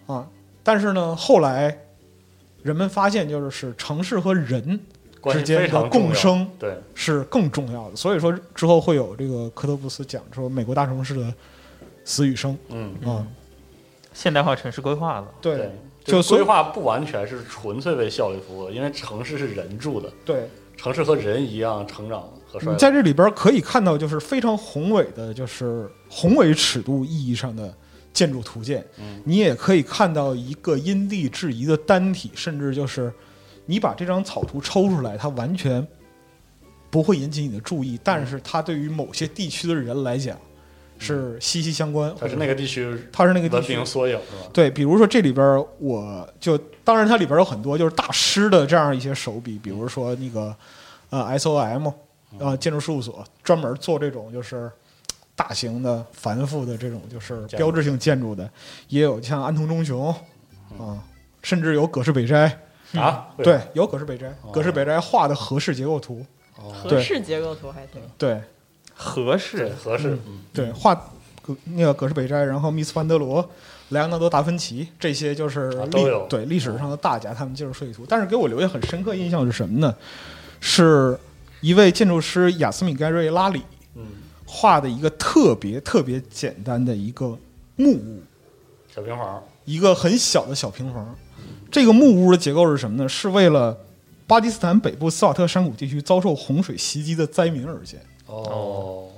Speaker 4: 嗯
Speaker 6: 啊。但是呢，后来人们发现，就是是城市和人
Speaker 4: 关系
Speaker 6: 之间
Speaker 4: 非
Speaker 6: 的
Speaker 4: 常重
Speaker 6: 共
Speaker 4: 要。
Speaker 6: 生
Speaker 4: 对，
Speaker 6: 是更重要的。所以说之后会有这个科特布斯讲说美国大城市的死与生
Speaker 4: 嗯，
Speaker 6: 啊，
Speaker 2: 现代化城市规划了，
Speaker 6: 对
Speaker 4: 就
Speaker 6: 就是所以
Speaker 4: 规划不完全是纯粹为效率服务的，因为城市是人住的，
Speaker 6: 对。
Speaker 4: 城市和人一样成长和衰
Speaker 6: 你
Speaker 4: 老。
Speaker 6: 在这里边可以看到，就是非常宏伟的，就是宏伟尺度意义上的建筑图鉴。
Speaker 4: 嗯
Speaker 6: 你也可以看到一个因地制宜的单体，甚至就是你把这张草图抽出来，它完全不会引起你的注意，但
Speaker 4: 嗯
Speaker 6: 是它对于某些地区的人来讲是息息相关。
Speaker 4: 它是那个地区
Speaker 6: 它是那个地
Speaker 4: 文
Speaker 6: 区
Speaker 4: 明。缩影，是吧？
Speaker 6: 对，比如说这里边儿我就当然它里边儿有很多就是大师的这样一些手笔，比如说那个呃 SOM 呃建筑事务所专门做这种就是大型的繁复的这种就是
Speaker 4: 建筑
Speaker 6: 标志性建筑的，也有像安藤忠雄啊，甚至有葛饰北斋，
Speaker 4: 啊，嗯会
Speaker 6: 嗯对，有葛饰北斋
Speaker 4: 哦，
Speaker 6: 葛饰北斋画的合适结构图，
Speaker 4: 哦，
Speaker 5: 合适结构图还行。
Speaker 6: 对
Speaker 2: 合
Speaker 4: 对，
Speaker 2: 适，
Speaker 4: 合适，嗯
Speaker 6: 对，画葛那个葛饰北斋，然后密斯潘德罗。莱昂纳多·达芬奇，这些就是
Speaker 4: 啊
Speaker 6: 历、
Speaker 4: 都有
Speaker 6: 对历史上的大家，他们建筑设计图。但是给我留下很深刻印象是什么呢？是一位建筑师雅斯米盖瑞·拉里
Speaker 4: 嗯，
Speaker 6: 画的一个特别特别简单的一个木屋，
Speaker 4: 小平房，
Speaker 6: 一个很小的小平房。这个木屋的结构是什么呢？是为了巴基斯坦北部斯瓦特山谷地区遭受洪水袭击的灾民而建。
Speaker 4: 哦，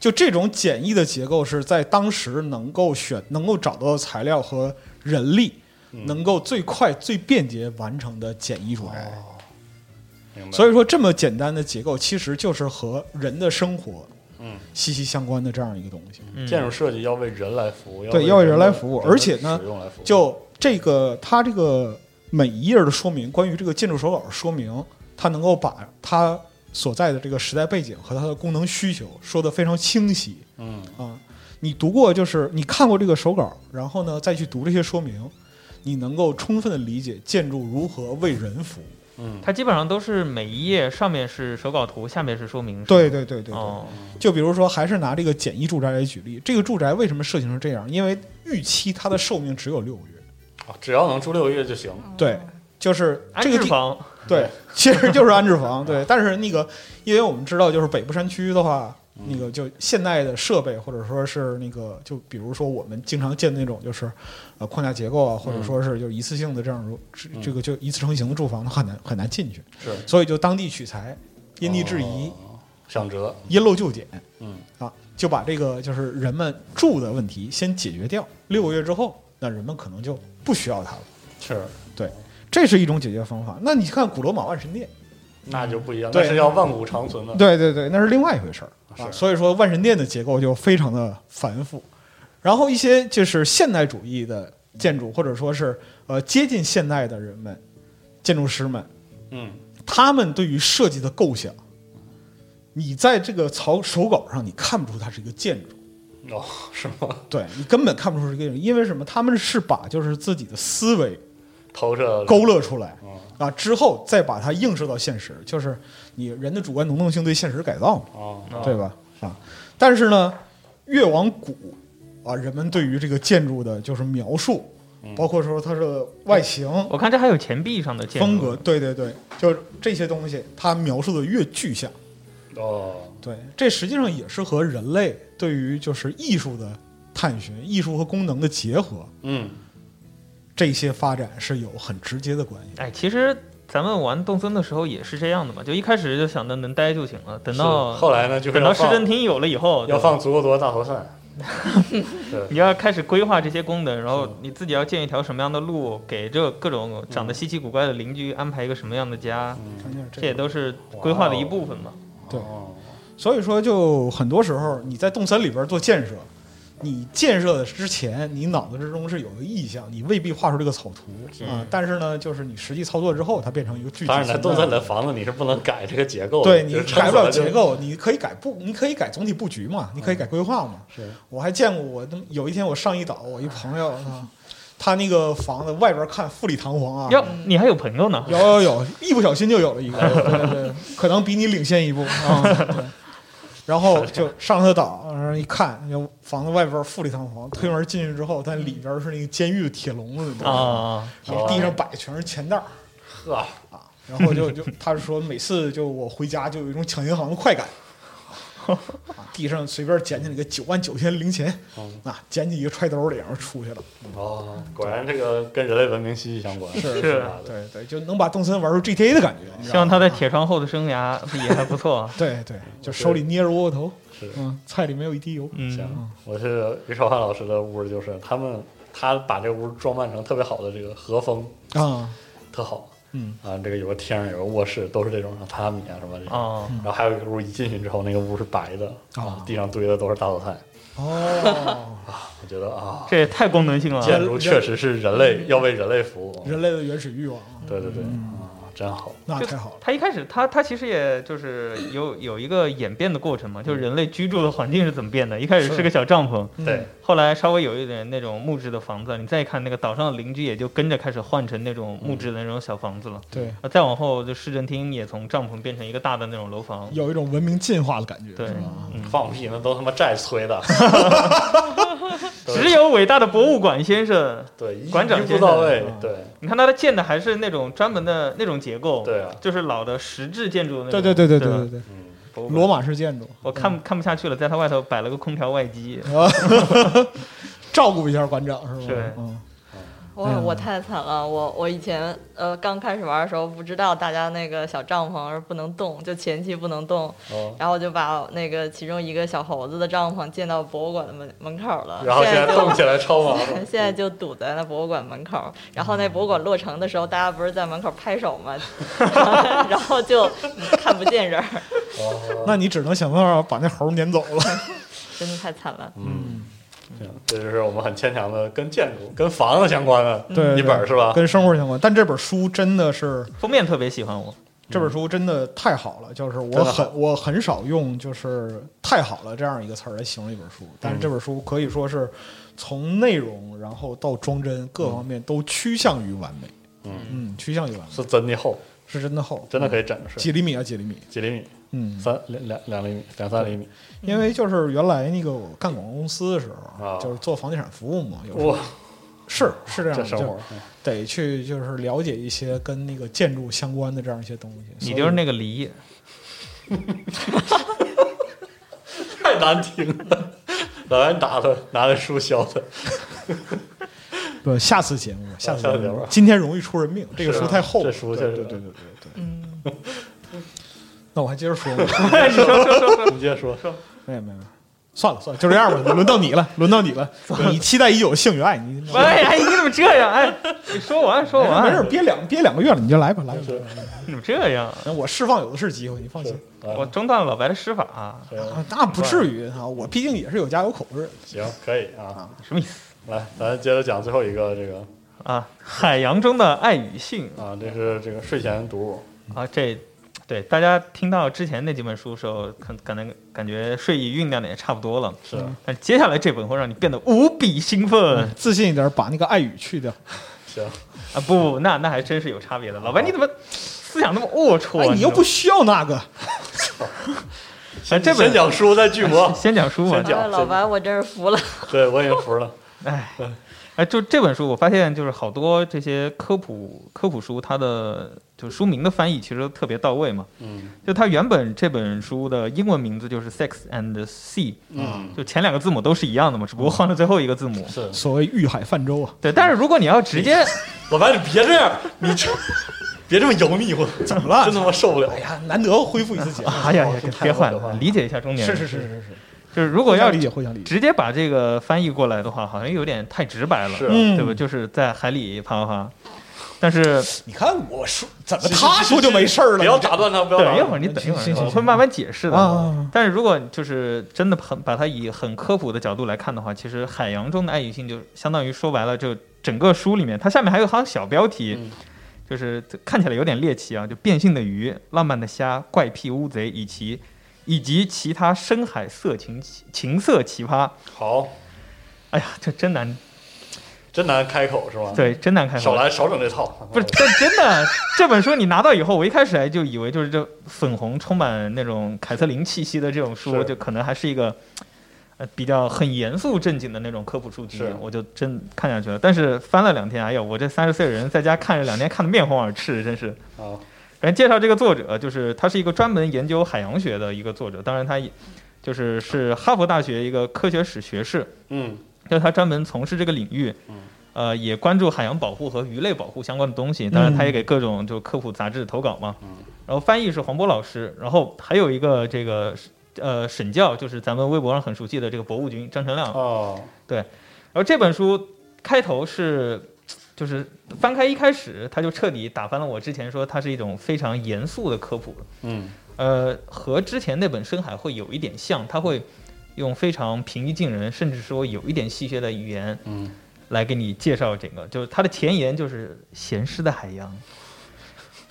Speaker 6: 就这种简易的结构是在当时能够选、能够找到的材料和人力，
Speaker 4: 嗯
Speaker 6: 能够最快、最便捷完成的简易住宅。
Speaker 4: 哦，明白，
Speaker 6: 所
Speaker 4: 以
Speaker 6: 以说，这么简单的结构其实就是和人的生活
Speaker 4: 嗯，
Speaker 6: 息息相关的这样一个东西。
Speaker 2: 嗯
Speaker 4: 建筑设计要为人来服务，
Speaker 6: 对
Speaker 4: 要
Speaker 6: 要为人
Speaker 4: 的
Speaker 6: 来服务
Speaker 4: 的
Speaker 6: 而且呢
Speaker 4: 使用来服务，
Speaker 6: 就这个，它这个每一页的说明，关于这个建筑手稿的说明，它能够把它所在的这个时代背景和它的功能需求说得非常清晰
Speaker 4: 嗯，
Speaker 6: 啊。你读过就是你看过这个手稿，然后呢再去读这些说明，你能够充分的理解建筑如何为人服务。
Speaker 4: 嗯，
Speaker 2: 它基本上都是每一页上面是手稿图，下面是说明。是
Speaker 6: 对
Speaker 2: 吗
Speaker 6: 对对对对。
Speaker 2: 哦，
Speaker 6: 就比如说，还是拿这个简易住宅来举例，这个住宅为什么设计成这样？因为预期它的寿命只有六个月，
Speaker 4: 哦只要能住六个月就行，
Speaker 6: 对，就是
Speaker 2: 安
Speaker 6: 这个
Speaker 2: 置
Speaker 6: 地
Speaker 2: 房
Speaker 6: (laughs) 对，其实就是安置房，
Speaker 4: 啊
Speaker 6: 对。但是那个，因为我们知道，就是北部山区的话，
Speaker 4: 嗯
Speaker 6: 那个就现代的设备，或者说是那个，就比如说我们经常见的那种，就是呃框架结构啊，
Speaker 4: 嗯
Speaker 6: 或者说是就一次性的这样如这这个就一次成型的住房，它很难很难进去，
Speaker 4: 是
Speaker 6: 所以就当地取材，因地制宜，
Speaker 4: 哦想辙，
Speaker 6: 因陋就简。
Speaker 4: 嗯，
Speaker 6: 啊，就把这个就是人们住的问题先解决掉。六个月之后，那人们可能就不需要它了。
Speaker 4: 是，
Speaker 6: 这是一种解决方法。那你看古罗马万神殿，
Speaker 4: 那就不一样，
Speaker 6: 对
Speaker 4: 那是要万古长存的，
Speaker 6: 对对对，那是另外一回事儿啊。
Speaker 4: 是
Speaker 6: 所以说，万神殿的结构就非常的繁复。然后一些就是现代主义的建筑，或者说是呃接近现代的人们，建筑师们，
Speaker 4: 嗯，
Speaker 6: 他们对于设计的构想，你在这个草手稿上你看不出它是一个建筑。
Speaker 4: 哦， (laughs) 是吗？
Speaker 6: 对你根本看不出是一个人，因为什么？他们是把就是自己的思维
Speaker 4: 投射
Speaker 6: 勾勒出来
Speaker 4: 嗯
Speaker 6: 啊，之后再把它映射到现实，就是你人的主观能动性对现实改造嘛，
Speaker 4: 哦，
Speaker 6: 对吧？啊，但是呢，越往古啊，人们对于这个建筑的就是描述，包括说它的外形、
Speaker 2: 我看这还有钱币上的建筑
Speaker 6: 风格，对对对，就是这些东西，它描述的越具象，
Speaker 4: 哦，
Speaker 6: 对，这实际上也是和人类对于就是艺术的探寻、艺术和功能的结合，
Speaker 4: 嗯，
Speaker 6: 这些发展是有很直接的关系。
Speaker 2: 哎，其实咱们玩动森的时候也是这样的嘛，就一开始就想着能待就行了，等
Speaker 4: 是
Speaker 2: 到
Speaker 4: 后来呢，就是
Speaker 2: 等
Speaker 4: 要
Speaker 2: 到市政
Speaker 4: 放
Speaker 2: 厅有了以后，
Speaker 4: 要
Speaker 2: 对吧
Speaker 4: 放足够多的大头蒜，对，
Speaker 2: 你要开始规划这些功能，然后
Speaker 4: 是
Speaker 2: 你自己要建一条什么样的路，给这各种长得稀奇古怪的邻居安排一个什么样的家，
Speaker 6: 看
Speaker 4: 嗯，
Speaker 6: 一下
Speaker 2: 这也
Speaker 6: 这个，
Speaker 2: 都是规划的一部分嘛。
Speaker 6: 对
Speaker 4: 哦
Speaker 6: 所以说就很多时候你在动森里边做建设，你建设的之前，你脑子之中是有个意向，你未必画出这个草图啊、但是呢，就是你实际操作之后，它变成一个具体
Speaker 4: 当然
Speaker 6: 存在
Speaker 4: 了，
Speaker 6: 的
Speaker 4: 动森的房子你是不能改这个结构的，
Speaker 6: 对你
Speaker 4: 就是撑
Speaker 6: 改不
Speaker 4: 死
Speaker 6: 了
Speaker 4: 了就
Speaker 6: 结，构，你可以改布，你可以改总体布局嘛，你可以改规划嘛。
Speaker 4: 嗯是
Speaker 6: 我还见过我那么有一天我上一岛，我一朋友啊，他那个房子外边看富丽堂皇啊，
Speaker 2: 哟，你还有朋友呢？
Speaker 6: 有有有，一不小心就有了一
Speaker 2: (laughs)
Speaker 6: 个，对对对，可能比你领先一步啊。对然后就上他的岛，然后一看，那房子外边富丽堂皇，推门进去之后，但里边是那个监狱的铁笼子，你知道吗
Speaker 2: 啊，
Speaker 4: 嗯
Speaker 6: 然后地上摆全是钱袋儿。
Speaker 4: 呵，
Speaker 6: 啊，然后就就他是说每次就我回家就有一种抢银行的快感，啊，地上随便捡起来个九万九千零钱
Speaker 4: 哦，
Speaker 6: 啊，捡起一个揣兜里，然后出去了，
Speaker 4: 哦，果然这个跟人类文明息息相关，
Speaker 6: 是
Speaker 2: 是
Speaker 4: 吧
Speaker 6: 对对，就能把动森玩出 GTA 的感觉。你知
Speaker 2: 希
Speaker 6: 道
Speaker 2: 望
Speaker 6: 吗。
Speaker 2: 他
Speaker 4: 啊
Speaker 2: 在铁窗后的生涯也还不错啊
Speaker 6: 对对，就手里捏着窝窝头，
Speaker 4: 是
Speaker 6: 嗯，菜里没有一滴油，
Speaker 2: 嗯，
Speaker 4: 行，我是于少汉老师的屋儿，就是他们他把这屋装扮成特别好的这个和风，
Speaker 6: 啊，
Speaker 4: 特好
Speaker 6: 嗯，
Speaker 4: 啊，这个有个厅儿，有个卧室，都是这种榻榻米啊什么的。
Speaker 2: 哦，
Speaker 4: 然后还有一个屋，一进去之后，那个屋是白的，
Speaker 6: 啊
Speaker 4: 地上堆的都是大头菜。
Speaker 6: 哦，
Speaker 4: 我觉得啊，
Speaker 2: 这也太功能性了。
Speaker 4: 建筑确实是人类要为人类服务。
Speaker 6: 人类的原始欲望，
Speaker 4: 对对对，啊，真好。
Speaker 6: 那
Speaker 2: 就
Speaker 6: 太好了，
Speaker 2: 他一开始，他他其实也就是有有一个演变的过程嘛，就是人类居住的环境是怎么变的。一开始是个小帐篷，
Speaker 6: 嗯
Speaker 4: 对，
Speaker 2: 后来稍微有一点那种木质的房子，你再看那个岛上的邻居也就跟着开始换成那种木质的那种小房子了。
Speaker 6: 对，
Speaker 2: 啊，再往后就市政厅也从帐篷变成一个大的那种楼房。
Speaker 6: 有一种文明进化的感觉，
Speaker 2: 对
Speaker 6: 嗯是吧？
Speaker 2: 嗯
Speaker 4: 放屁，那都他妈寨催的。
Speaker 2: 只有伟大的博物馆先生，
Speaker 4: 对，一
Speaker 2: 馆长
Speaker 4: 一
Speaker 2: 先
Speaker 4: 步
Speaker 2: 生
Speaker 4: 到位
Speaker 6: 啊。
Speaker 4: 对
Speaker 2: 你看他建的还是那种专门的那种结构，
Speaker 4: 对啊，
Speaker 2: 就是老的石质建筑的那
Speaker 6: 对
Speaker 2: 种。
Speaker 6: 对对对
Speaker 2: 对
Speaker 6: 对
Speaker 2: 吧
Speaker 6: 对
Speaker 4: 嗯，
Speaker 2: 博物
Speaker 6: 对，
Speaker 2: 馆
Speaker 6: 罗马式建筑，
Speaker 2: 我看看不下去了，在他外头摆了个空调外机。
Speaker 6: 嗯照顾一下馆长是吧？
Speaker 2: 对
Speaker 6: 嗯，
Speaker 5: 我我太惨了，我我以前呃刚开始玩的时候不知道大家那个小帐篷是不能动，就前期不能动，
Speaker 4: 哦，
Speaker 5: 然后我就把那个其中一个小猴子的帐篷建到博物馆的门门口了，
Speaker 4: 然后现
Speaker 5: 现
Speaker 4: 在
Speaker 5: 就
Speaker 4: 动起来超麻烦。
Speaker 5: (laughs) 现在就堵在那博物馆门口，然后那博物馆落成的时候，大家不是在门口拍手吗？然后就看不见人儿，
Speaker 4: 哦
Speaker 6: 那你只能想办法把那猴撵走了。
Speaker 5: 真的太惨了。
Speaker 4: (laughs) 嗯，行这就是我们很牵强的跟建筑、跟房子相关的
Speaker 6: 嗯对，
Speaker 4: 一
Speaker 6: 对
Speaker 4: 本儿是吧？
Speaker 6: 跟生活相关。但这本书真的是，
Speaker 2: 封面特别喜欢我，
Speaker 6: 这本书真的太好了，就是
Speaker 4: 真的
Speaker 6: 我
Speaker 4: 好
Speaker 6: 很我很少用就是“太好了”这样一个词儿来形容一本书，但
Speaker 4: 嗯
Speaker 6: 是这本书可以说是从内容然后到装帧各方面都趋向于完美，
Speaker 4: 嗯
Speaker 6: 嗯，趋向于完美
Speaker 4: 是真的厚，
Speaker 6: 是真的厚，
Speaker 4: 真的可以展示
Speaker 6: 几厘米啊几厘米，
Speaker 4: 几厘米，
Speaker 6: 嗯，
Speaker 4: 三两两两厘米，两三厘米。
Speaker 6: 因为就是原来那个我干广告公司的时候，
Speaker 4: 啊
Speaker 6: 就是做房地产服务嘛，有时候
Speaker 4: 哇，
Speaker 6: 是是这样
Speaker 4: 这
Speaker 6: 的，
Speaker 4: 生
Speaker 6: 就
Speaker 4: 活，
Speaker 6: 得去就是了解一些跟那个建筑相关的这样一些东西。
Speaker 2: 你
Speaker 6: 所
Speaker 2: 就是
Speaker 6: 以
Speaker 2: 那个梨，
Speaker 4: 太难听了。老袁打的，拿着书削的，
Speaker 6: 不，下次节目，下次
Speaker 4: 下次节目
Speaker 6: 今天容易出人命，这个
Speaker 4: 是啊
Speaker 6: 书太厚了，
Speaker 4: 这书
Speaker 6: 对
Speaker 4: 确实
Speaker 6: 对对对对对。那我还接着说吗？
Speaker 2: 你说说说说，
Speaker 4: 你接着说。
Speaker 6: 没有没有，没有算了算了，就这样吧。轮到你了，轮到你了。你期待已久的性与爱，你没
Speaker 2: 哎呀，你怎么这样？哎，你说完说
Speaker 6: 事没事
Speaker 2: 完，，
Speaker 6: 憋两憋两个月了，你就来吧，来吧。
Speaker 4: 是
Speaker 6: 来吧
Speaker 2: 你怎么这样？
Speaker 6: 我释放有的是机会，你放心。
Speaker 2: 我
Speaker 4: 啊
Speaker 2: 中断了老白的施法啊，
Speaker 4: 行
Speaker 6: 啊那不至于啊，我毕竟也是有家有口的人。
Speaker 4: 行，可以啊。
Speaker 2: 什么意思
Speaker 4: 来，咱接着讲最后一个这个
Speaker 2: 啊？海洋中的爱与性
Speaker 4: 啊，这是这个睡前读物。
Speaker 2: 啊，这对大家听到之前那几本书的时候，可可能感觉睡意酝酿的也差不多了，
Speaker 4: 是
Speaker 6: 嗯
Speaker 2: 但是接下来这本会让你变得无比兴奋
Speaker 6: 自信一点，把那个爱语去掉。
Speaker 4: 行，
Speaker 2: 啊！不不，那那还真是有差别的。老白，你怎么思想那么龌龊
Speaker 6: 哎
Speaker 2: 啊？，
Speaker 6: 你又
Speaker 2: 知道
Speaker 6: 不
Speaker 2: 吗
Speaker 6: 需要那个。
Speaker 2: 哎这
Speaker 4: 先
Speaker 2: 本。
Speaker 4: 讲
Speaker 6: (laughs)
Speaker 4: 书，再剧魔
Speaker 2: 先讲书吧
Speaker 4: 先。讲
Speaker 5: 哎，老白，我真是服了。
Speaker 4: 对我已经服了。
Speaker 2: 哎，哎，就这本书，我发现就是好多这些科普科普书，它的就书名的翻译其实都特别到位嘛。
Speaker 4: 嗯
Speaker 2: 就它原本这本书的英文名字就是《Sex and Sea》，
Speaker 4: 嗯，
Speaker 2: 就前两个字母都是一样的嘛，只不过换了最后一个字母。
Speaker 4: 是
Speaker 6: 所谓欲海泛舟啊，
Speaker 2: 对，但是如果你要直接，
Speaker 4: 老白，你别这样，你这别这么油腻，我
Speaker 6: 怎么了
Speaker 4: 真他妈受不了
Speaker 6: 哎。呀，难得恢复一次
Speaker 4: (laughs)
Speaker 6: 节目，
Speaker 2: (laughs)
Speaker 6: 哦
Speaker 2: 哎呀呀，别换
Speaker 4: 哦太可怕
Speaker 2: 了，
Speaker 4: 了
Speaker 2: 理解一下中年
Speaker 6: 是
Speaker 2: 人。
Speaker 6: 是是是是是，
Speaker 2: 就是如果要
Speaker 6: 互相理解互相理解，
Speaker 2: 直接把这个翻译过来的话，好像有点太直白了，
Speaker 4: 是
Speaker 6: 嗯
Speaker 2: 对吧？就是在海里啪啪啪。但是
Speaker 6: 你看我说怎么他说就没事儿了，
Speaker 4: 不要打断他，不要
Speaker 2: 等
Speaker 4: 打
Speaker 2: 一会
Speaker 4: 断
Speaker 2: 儿，你等一会
Speaker 6: 行行
Speaker 2: 儿，
Speaker 6: 行
Speaker 2: 我会慢慢解释的。
Speaker 6: 啊啊啊
Speaker 2: 但是如果就是真的很把它以很科普的角度来看的话，其实海洋中的爱与性就相当于说白了，就整个书里面，它下面还有一行小标题，
Speaker 4: 嗯
Speaker 2: 就是看起来有点猎奇啊，就变性的鱼、浪漫的虾、怪癖乌贼以及以及其他深海色情情色奇葩。
Speaker 4: 好，
Speaker 2: 哎呀，这真难，
Speaker 4: 真难开口是吧？，
Speaker 2: 对，真难看。
Speaker 4: 少来少整这套。
Speaker 2: 不是，这真的这本书你拿到以后，我一开始还就以为就是这粉红充满那种凯瑟琳气息的这种书，
Speaker 4: 是
Speaker 2: 就可能还是一个呃比较很严肃正经的那种科普书籍
Speaker 4: 是，
Speaker 2: 我就真看下去了。但是翻了两天，哎呀，我这三十岁的人在家看了两天，看得面红耳赤，真是。
Speaker 4: 啊，
Speaker 2: 反正介绍这个作者，就是他是一个专门研究海洋学的一个作者，当然他也就是是哈佛大学一个科学史学士，
Speaker 4: 嗯
Speaker 2: 就是他专门从事这个领域
Speaker 4: 嗯，
Speaker 2: 呃，也关注海洋保护和鱼类保护相关的东西。当然，
Speaker 6: 嗯
Speaker 2: 他也给各种就科普杂志投稿嘛
Speaker 4: 嗯。
Speaker 2: 然后翻译是黄波老师，然后还有一个这个呃沈教，就是咱们微博上很熟悉的这个博物君张成亮。
Speaker 4: 哦，
Speaker 2: 然后这本书开头是。就是翻开一开始，他就彻底打翻了我之前说它是一种非常严肃的科普，
Speaker 4: 嗯
Speaker 2: 呃，和之前那本《深海》会有一点像，它会用非常平易近人，甚至说有一点戏谑的语言，
Speaker 4: 嗯，
Speaker 2: 来给你介绍整个，就是它的前言就是咸湿的海洋，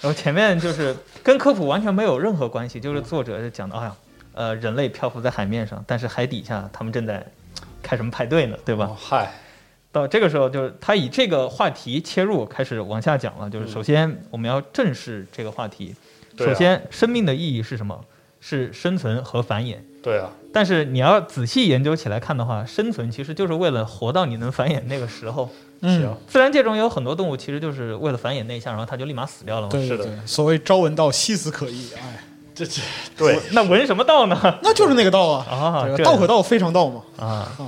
Speaker 2: 然后前面就是跟科普完全没有任何关系，就是作者就讲的，哎呀，呃，人类漂浮在海面上，但是海底下他们正在开什么派对呢，对吧？
Speaker 4: 哦嗨，
Speaker 2: 到这个时候，就是他以这个话题切入开始往下讲了，就是首先我们要正视这个话题，
Speaker 4: 嗯对啊
Speaker 2: 首先生命的意义是什么？是生存和繁衍。
Speaker 4: 对啊，
Speaker 2: 但是你要仔细研究起来看的话，生存其实就是为了活到你能繁衍那个时候。
Speaker 6: 嗯，
Speaker 2: 自然界中有很多动物，其实就是为了繁衍那一下，然后它就立马死掉了嘛。
Speaker 6: 对
Speaker 4: 是
Speaker 6: 对
Speaker 4: 的
Speaker 6: 对，所谓朝闻道，夕死可矣，哎，
Speaker 4: 这这对
Speaker 2: 那闻什么道
Speaker 4: (laughs)
Speaker 2: 呢？
Speaker 6: 那就是那个道啊，
Speaker 2: 啊，
Speaker 6: 这个
Speaker 2: 这
Speaker 6: 道可道非常道嘛，
Speaker 2: 啊
Speaker 6: 嗯，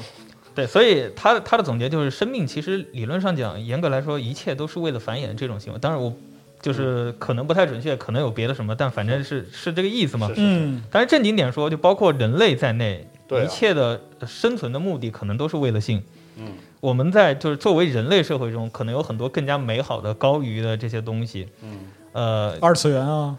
Speaker 2: 对，所以他他的总结就是，生命其实理论上讲，严格来说，一切都是为了繁衍这种行为。当然我
Speaker 4: 嗯
Speaker 2: 就是可能不太准确，可能有别的什么，但反正是是这个意思嘛
Speaker 4: 是。是是，
Speaker 6: 嗯，
Speaker 2: 但是正经点说，就包括人类在内，
Speaker 4: 对啊
Speaker 2: 一切的生存的目的可能都是为了性。
Speaker 4: 嗯，
Speaker 2: 我们在就是作为人类社会中，可能有很多更加美好的、高于的这些东西。
Speaker 4: 嗯，
Speaker 2: 呃，
Speaker 6: 二次元啊，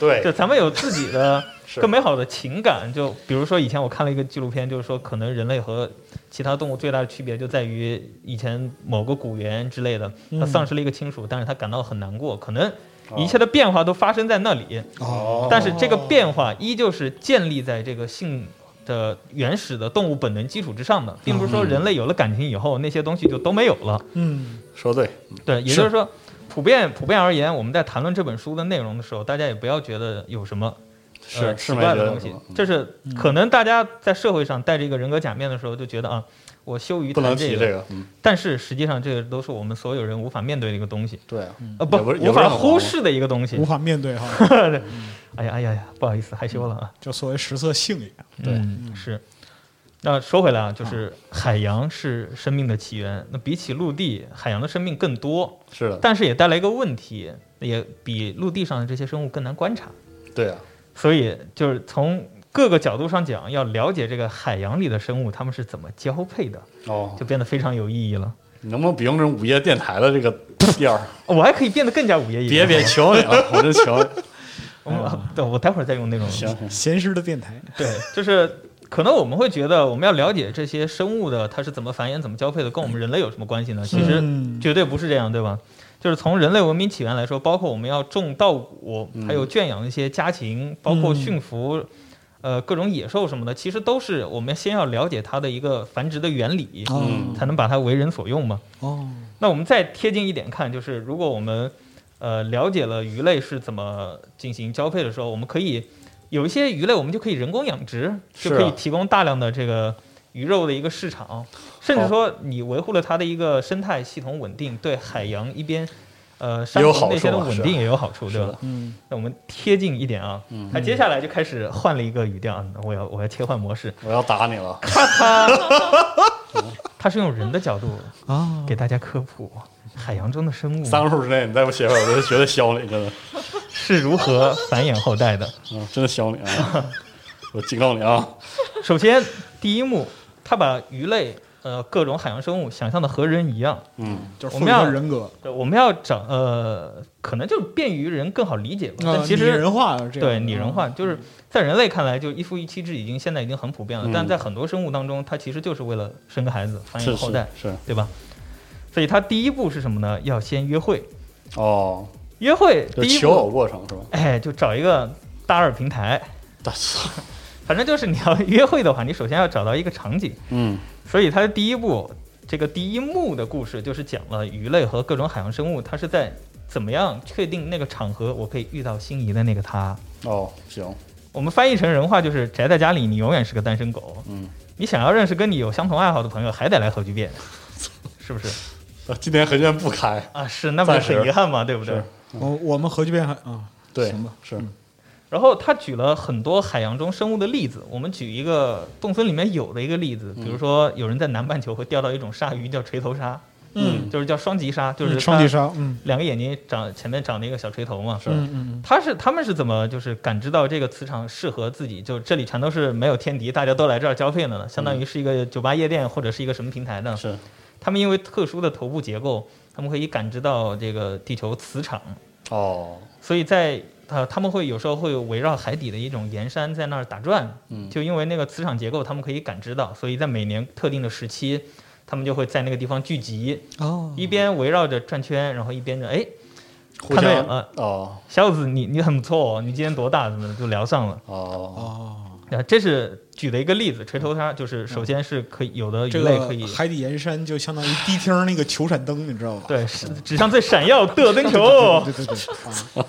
Speaker 2: 就
Speaker 4: 对，
Speaker 2: 咱们有自己的
Speaker 4: 哎是
Speaker 2: 更美好的情感。就比如说以前我看了一个纪录片，就是说可能人类和其他动物最大的区别就在于以前某个古猿之类的，它
Speaker 6: 嗯
Speaker 2: 丧失了一个亲属，但是它感到很难过，可能一切的变化都发生在那里，
Speaker 4: 哦，
Speaker 2: 但是这个变化依旧是建立在这个性。的原始的动物本能基础之上的，并不是说人类有了感情以后那些东西就都没有了。
Speaker 6: 嗯，
Speaker 4: 说对，
Speaker 2: 对，也就是说，普遍普遍而言，我们在谈论这本书的内容的时候，大家也不要觉得有什么呃
Speaker 4: 是是嗯
Speaker 2: 奇
Speaker 4: 没
Speaker 2: 怪
Speaker 4: 觉
Speaker 2: 的
Speaker 4: 得
Speaker 2: 东
Speaker 4: 什
Speaker 2: 西
Speaker 4: 么，
Speaker 2: 这是可能大家在社会上戴着一个人格假面的时候，就觉得啊，我羞于
Speaker 4: 不能
Speaker 2: 谈
Speaker 4: 提
Speaker 2: 个，
Speaker 4: 个，嗯，
Speaker 2: 但是实际上这个都是我们所有人无法面对的一个东西，
Speaker 4: 对啊，
Speaker 2: 呃，不
Speaker 4: 也不是也
Speaker 2: 无
Speaker 4: 不是
Speaker 2: 法
Speaker 4: 很
Speaker 2: 忽
Speaker 4: 好
Speaker 2: 视的一个东西
Speaker 6: 无。法面对哈，
Speaker 2: 哎呀哎呀呀，不好意思，害羞了啊。
Speaker 6: 就所谓食色性也，
Speaker 4: 对
Speaker 2: 嗯，是。那说回来啊，就是海洋是生命的起源。那比起陆地，海洋的生命更多，
Speaker 4: 是的，
Speaker 2: 但是也带来一个问题，也比陆地上的这些生物更难观察。
Speaker 4: 对啊，
Speaker 2: 所以就是从各个角度上讲，要了解这个海洋里的生物它们是怎么交配的，
Speaker 4: 哦，
Speaker 2: 就变得非常有意义了。
Speaker 4: 你能不能别用这种午夜电台的这个调
Speaker 2: (laughs)
Speaker 4: 儿？
Speaker 2: 我还可以变得更加午夜一
Speaker 4: 别
Speaker 2: 点。
Speaker 4: 别，求你了，我真求你。
Speaker 2: (laughs) 我对我待会儿再用那种。
Speaker 4: 行，行，
Speaker 6: 闲时的电台，
Speaker 2: 对， (laughs) 就是可能我们会觉得我们要了解这些生物的它是怎么繁衍、怎么交配的，跟我们人类有什么关系呢？其实
Speaker 6: 嗯
Speaker 2: 绝对不是这样，对吧？就是从人类文明起源来说，包括我们要种稻谷，还
Speaker 6: 嗯
Speaker 2: 有圈养一些家禽，包括驯服，呃，各种野兽什么的，其实都是我们先要了解它的一个繁殖的原理，
Speaker 6: 哦
Speaker 2: 才能把它为人所用嘛。
Speaker 6: 哦，
Speaker 2: 那我们再贴近一点看，就是如果我们呃了解了鱼类是怎么进行交配的时候，我们可以有一些鱼类我们就可以人工养殖，
Speaker 4: 是
Speaker 2: 就
Speaker 4: 啊
Speaker 2: 可以提供大量的这个鱼肉的一个市场，甚至说你维护了它的一个生态系统稳定，对海洋一边。呃，
Speaker 4: 也
Speaker 2: 山
Speaker 4: 有
Speaker 2: 洪
Speaker 4: 好
Speaker 2: 那些的
Speaker 4: 处啊
Speaker 2: 稳
Speaker 4: 是
Speaker 2: 定也有好处，对
Speaker 4: 是
Speaker 2: 吧
Speaker 4: 的？嗯
Speaker 6: 嗯，
Speaker 2: 那我们贴近一点啊，他接下来就开始换了一个语调，啊我要我要切换模式，
Speaker 4: 我要打你
Speaker 2: (laughs)
Speaker 4: 了，
Speaker 2: 他是用人的角度
Speaker 6: 啊，
Speaker 2: 给大家科普海洋中的生物
Speaker 4: 三个数之内你再不写会儿，我就觉得削你，真的，
Speaker 2: 是如何繁衍后代的。
Speaker 4: 嗯，真的削你啊！我警告你啊，
Speaker 2: 首先，第一幕，他把鱼类呃各种海洋生物想象的和人一样，
Speaker 4: 嗯，
Speaker 6: 就是
Speaker 2: 我
Speaker 6: 赋
Speaker 2: 们
Speaker 6: 予
Speaker 2: 要
Speaker 6: 它人格，
Speaker 2: 对，我们要找呃，可能就便于人更好理解吧。
Speaker 6: 啊
Speaker 2: 但其
Speaker 6: 拟
Speaker 2: 实
Speaker 6: 人化这样
Speaker 2: 对拟人化，就是在人类看来，就一夫一妻制已经现在已经很普遍了，
Speaker 4: 嗯
Speaker 2: 但在很多生物当中，它其实就是为了生个孩子繁衍
Speaker 4: 是
Speaker 2: 后代
Speaker 4: 是，是，
Speaker 2: 对吧？所以它第一步是什么呢？要先约会，
Speaker 4: 哦，
Speaker 2: 约会
Speaker 4: 就
Speaker 2: 第一
Speaker 4: 求偶
Speaker 2: 步，
Speaker 4: 过程
Speaker 2: (laughs)
Speaker 4: 是吧？
Speaker 2: 哎，就找一个大二平台，
Speaker 4: 大操，
Speaker 2: 反正就是你要 (laughs) 约会的话，你首先要找到一个场景。
Speaker 4: 嗯
Speaker 2: 所以它的第一部，这个第一幕的故事就是讲了鱼类和各种海洋生物，它是在怎么样确定那个场合我可以遇到心仪的那个他。
Speaker 4: 哦，行，
Speaker 2: 我们翻译成人话就是宅在家里，你永远是个单身狗。
Speaker 4: 嗯，
Speaker 2: 你想要认识跟你有相同爱好的朋友，还得来核聚变， (laughs) 是不是？
Speaker 4: 呃今年核聚变不开，
Speaker 2: 啊，是，那么
Speaker 4: 暂时
Speaker 2: 很遗憾嘛，对不对
Speaker 4: 是？
Speaker 6: 我我们核聚变还啊，
Speaker 4: 对
Speaker 6: 行吧，，
Speaker 4: 是，
Speaker 2: 然后他举了很多海洋中生物的例子，我们举一个洞森里面有的一个例子，
Speaker 4: 嗯
Speaker 2: 比如说有人在南半球会钓到一种鲨鱼叫锤头鲨，
Speaker 4: 嗯
Speaker 2: 就是叫双极鲨，就是
Speaker 6: 嗯双击
Speaker 2: 它
Speaker 6: 杀，嗯
Speaker 2: 两个眼睛长前面长了一个小锤头嘛。
Speaker 4: 是
Speaker 6: 嗯嗯
Speaker 2: 他是他们是怎么就是感知到这个磁场适合自己？就这里全都是没有天敌，大家都来这儿交配的呢，相当于是一个酒吧夜店或者是一个什么平台呢？
Speaker 4: 嗯是，
Speaker 2: 他们因为特殊的头部结构，他们可以感知到这个地球磁场，
Speaker 4: 哦，
Speaker 2: 所以在呃他们会有时候会围绕海底的一种岩山在那儿打转，
Speaker 4: 嗯
Speaker 2: 就因为那个磁场结构他们可以感知到，所以在每年特定的时期，他们就会在那个地方聚集，
Speaker 6: 嗯，哦，
Speaker 2: 一边围绕着转圈，然后一边着哎，
Speaker 4: 互
Speaker 2: 看嗯对眼
Speaker 4: 相，
Speaker 2: 了，
Speaker 4: 哦
Speaker 2: 小伙子你你很不错哦，你今年多大？怎么就聊上了？
Speaker 4: 哦，
Speaker 6: 哦，
Speaker 2: 啊，这是举的一个例子，锤头鲨就是首先是可以有的鱼
Speaker 6: 这
Speaker 2: 类可
Speaker 6: 个
Speaker 2: 以。
Speaker 6: 海底岩山就相当于迪厅那个球闪灯，你知道吧？
Speaker 2: 对，是史上最闪耀的灯
Speaker 6: (laughs)
Speaker 2: 球，
Speaker 6: 对对对对，啊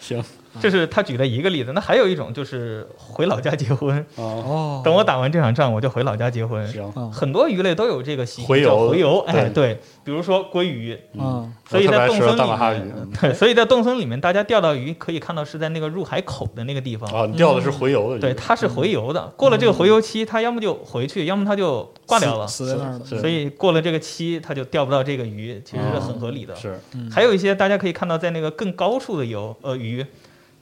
Speaker 4: 行，
Speaker 2: 这是他举的一个例子。那还有一种就是回老家结婚，
Speaker 4: 哦，
Speaker 6: 哦，
Speaker 2: 等我打完这场仗，我就回老家结婚。
Speaker 4: 行，
Speaker 6: 啊
Speaker 2: 很多鱼类都有这个习
Speaker 4: 洄
Speaker 2: 惯，
Speaker 4: 游
Speaker 2: 叫洄游。哎，
Speaker 4: 对
Speaker 2: 对，比如说鲑鱼，
Speaker 6: 嗯
Speaker 2: 所以
Speaker 4: 特别
Speaker 2: 在
Speaker 4: 爱
Speaker 2: 洞
Speaker 4: 吃
Speaker 2: 森
Speaker 4: 大
Speaker 2: 里
Speaker 4: 马哈
Speaker 2: 面
Speaker 4: 鱼，嗯
Speaker 2: 对，所以在洞森里面，大家钓到鱼可以看到是在那个入海口的那个地方。
Speaker 4: 啊，你钓的是洄游的鱼，
Speaker 2: 嗯对，它是
Speaker 4: 嗯
Speaker 2: 洄游的。过了这个洄游期，它要么就回去，要么它就挂掉了。
Speaker 6: 死死在那儿了，
Speaker 4: 是嗯
Speaker 2: 所以过了这个期，它就钓不到这个鱼，其实是很合理的。
Speaker 4: 是，
Speaker 6: 嗯
Speaker 2: 还有一些大家可以看到，在那个更高处的游呃鱼，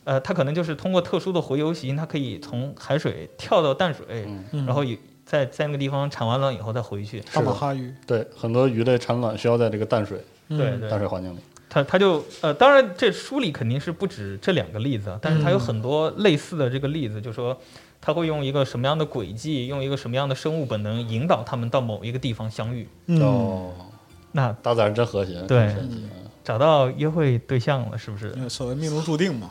Speaker 2: 呃，它可能就是通过特殊的洄游行，它可以从海水跳到淡水，
Speaker 4: 嗯，
Speaker 6: 嗯
Speaker 2: 然后有在在那个地方产完卵以后再回去。
Speaker 6: 大马哈鱼，
Speaker 4: 对，很多鱼类产卵需要在这个淡水
Speaker 2: 对对，
Speaker 4: 淡水环境里，
Speaker 2: 它它就呃，当然这书里肯定是不止这两个例子啊，但是它有很多类似的这个例子，就说。它会用一个什么样的轨迹，用一个什么样的生物本能引导它们到某一个地方相遇？
Speaker 6: 嗯，
Speaker 4: 哦，
Speaker 2: 那
Speaker 4: 大自然真和谐，
Speaker 2: 对
Speaker 4: 真神奇嗯
Speaker 2: 找到约会对象了，是不是？
Speaker 6: 所谓命中注定嘛，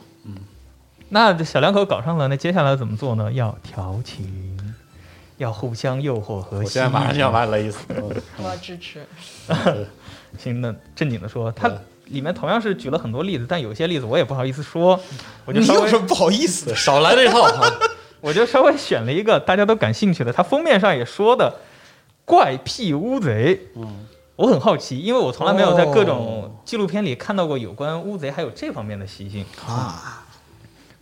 Speaker 2: 那这小两口搞上了，那接下来怎么做呢？要调情，要互相诱惑和
Speaker 4: 我
Speaker 2: 吸
Speaker 4: 现
Speaker 2: 引。
Speaker 4: 在马上就要把你勒死，嗯
Speaker 5: 我要支持。
Speaker 2: 行，那正经的说，它
Speaker 4: 对
Speaker 2: 里面同样是举了很多例子，但有些例子我也不好意思说，我就
Speaker 6: 你
Speaker 2: 稍
Speaker 6: 有
Speaker 2: 微
Speaker 6: 什么不好意思
Speaker 4: 对，
Speaker 6: 的？
Speaker 4: 少来这套，啊
Speaker 2: 我就稍微选了一个大家都感兴趣的，它封面上也说的怪癖乌贼。
Speaker 4: 嗯，
Speaker 2: 我很好奇，因为我从来没有在各
Speaker 6: 哦
Speaker 2: 种纪录片里看到过有关乌贼还有这方面的习性。
Speaker 6: 啊，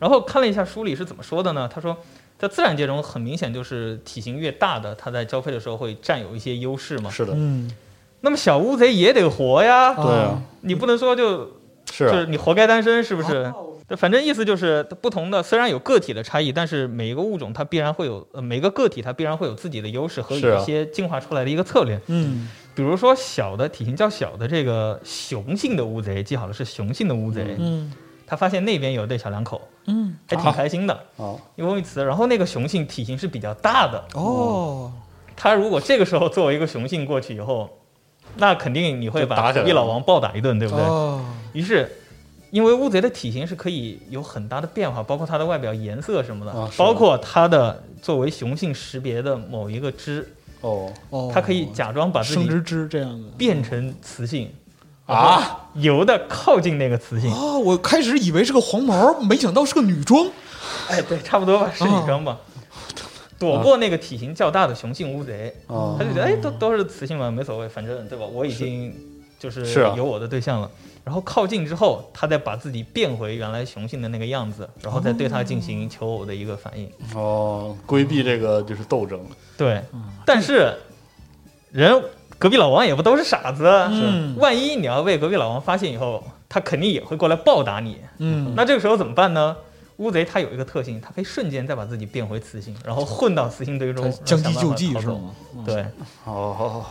Speaker 2: 然后看了一下书里是怎么说的呢？他说，在自然界中，很明显就是体型越大的，它在交配的时候会占有一些优势嘛。
Speaker 4: 哦是的，
Speaker 6: 嗯，
Speaker 2: 那么小乌贼也得活呀，
Speaker 6: 啊
Speaker 4: 对啊，
Speaker 2: 你不能说就是嗯就是
Speaker 4: 啊，
Speaker 2: 你活该单身，是不是？
Speaker 6: 哦
Speaker 2: 对反正意思就是不同的，虽然有个体的差异，但是每一个物种它必然会有，呃，每个个体它必然会有自己的优势和
Speaker 4: 是啊
Speaker 2: 有一些进化出来的一个策略。
Speaker 6: 嗯，
Speaker 2: 比如说小的体型较小的这个雄性的乌贼，记好了是雄性的乌贼，
Speaker 6: 嗯，
Speaker 2: 它发现那边有一对小两口，
Speaker 6: 嗯，
Speaker 2: 还挺开心的。
Speaker 4: 哦，
Speaker 2: 因为此，然后那个雄性体型是比较大的，
Speaker 6: 哦，
Speaker 2: 它如果这个时候作为一个雄性过去以后，那肯定你会
Speaker 4: 就打
Speaker 2: 把
Speaker 4: 起来
Speaker 2: 隔壁
Speaker 4: 了
Speaker 2: 老王暴打一顿，对不对？
Speaker 6: 哦，
Speaker 2: 于是，因为乌贼的体型是可以有很大的变化，包括它的外表颜色什么的，
Speaker 4: 啊是的
Speaker 2: 包括它的作为雄性识别的某一个肢，
Speaker 4: 哦，
Speaker 6: 哦，
Speaker 2: 它可以假装把自
Speaker 6: 生
Speaker 2: 己
Speaker 6: 殖枝这样的
Speaker 2: 变成雌性，
Speaker 4: 啊，
Speaker 2: 游的靠近那个雌性。
Speaker 6: 哦，我开始以为是个黄毛，没想到是个女装。
Speaker 2: 哎，对，差不多吧，是女生吧。躲过那个体型较大的雄性乌贼，
Speaker 4: 啊
Speaker 2: 他就觉得哎，都都是雌性嘛，没所谓，反正对吧？我已经就是
Speaker 4: 是啊
Speaker 2: 有我的对象了。然后靠近之后，他再把自己变回原来雄性的那个样子，然后再对他进
Speaker 6: 哦
Speaker 2: 行求偶的一个反应。
Speaker 6: 嗯
Speaker 4: 哦，规避这个就是斗争，
Speaker 2: 对，但是人隔壁老王也不都是傻子，啊
Speaker 6: 嗯
Speaker 2: 万一你要被隔壁老王发现以后，他肯定也会过来报答你。
Speaker 6: 嗯，
Speaker 2: 那这个时候怎么办呢？乌贼它有一个特性，它可以瞬间再把自己变回雌性，然后混到雌性堆中，
Speaker 6: 将计
Speaker 2: 然后
Speaker 6: 就
Speaker 2: 想办法
Speaker 6: 计
Speaker 2: 逃
Speaker 6: 是
Speaker 2: 走？
Speaker 6: 吗？嗯
Speaker 2: 对，
Speaker 4: 哦，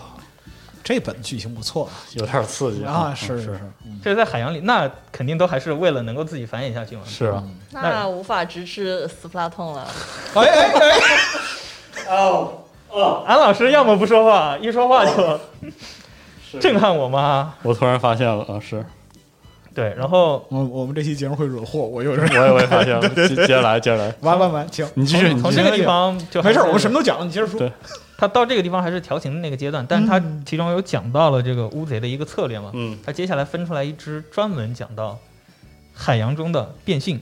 Speaker 6: 这本剧情不错
Speaker 4: 有点刺激
Speaker 6: 啊，
Speaker 4: 是
Speaker 6: 是
Speaker 4: 是
Speaker 6: 是，
Speaker 2: 这是在海洋里，那肯定都还是为了能够自己繁衍下去嘛。
Speaker 4: 是啊，
Speaker 5: 嗯那无法直视斯普拉通了。
Speaker 6: 哎哎哎，
Speaker 2: 安老师要么不说话，一说话就震撼我妈。
Speaker 4: 我突然发现了啊，是 (laughs)
Speaker 2: 对，然后
Speaker 6: 我我们这期节目会惹祸，
Speaker 2: (laughs)
Speaker 6: 我有点
Speaker 4: 我也我也发现了，接接下来接下来，
Speaker 6: 完完完，行，
Speaker 4: 你继续，你
Speaker 2: 从
Speaker 4: 继续
Speaker 2: 这个地方就还
Speaker 6: 没事，
Speaker 2: 是
Speaker 6: 我们什么都讲了，你接着说。
Speaker 4: 对
Speaker 2: 他到这个地方还是调情的那个阶段，但是他其中有讲到了这个乌贼的一个策略嘛，
Speaker 4: 嗯
Speaker 2: 他接下来分出来一只专门讲到海洋中的变性，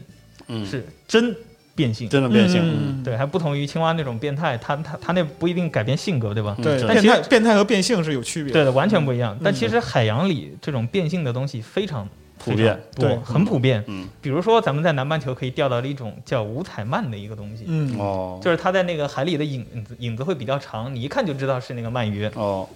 Speaker 4: 嗯，
Speaker 2: 是真变性，
Speaker 4: 真的变性，嗯
Speaker 2: 对，还不同于青蛙那种变态，他他他那不一定改变性格，对吧？
Speaker 4: 嗯
Speaker 6: 对，
Speaker 4: 真的
Speaker 6: 变态变态和变性是有区别
Speaker 2: 对
Speaker 6: 的。
Speaker 2: 的，完全不一样。但其实海洋里这种变性的东西非常
Speaker 4: 普遍，
Speaker 2: 非常
Speaker 6: 对
Speaker 2: 多，很普遍。
Speaker 4: 嗯，
Speaker 2: 比如说咱们在南半球可以钓到的一种叫五彩鳗的一个东西，
Speaker 6: 嗯，
Speaker 4: 哦，
Speaker 2: 就是它在那个海里的影子影子会比较长，你一看就知道是那个鳗鱼。
Speaker 4: 哦，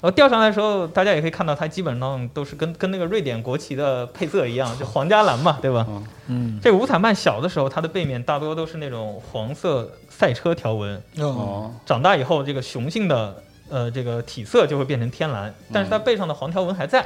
Speaker 2: 然后钓上来的时候，大家也可以看到它基本上都是跟跟那个瑞典国旗的配色一样，就皇家蓝嘛，对吧？
Speaker 6: 嗯，
Speaker 2: 这个五彩鳗小的时候，它的背面大多都是那种黄色赛车条纹，
Speaker 6: 哦，
Speaker 4: 哦，
Speaker 2: 长大以后这个雄性的呃这个体色就会变成天蓝，但是它背上的黄条纹还在，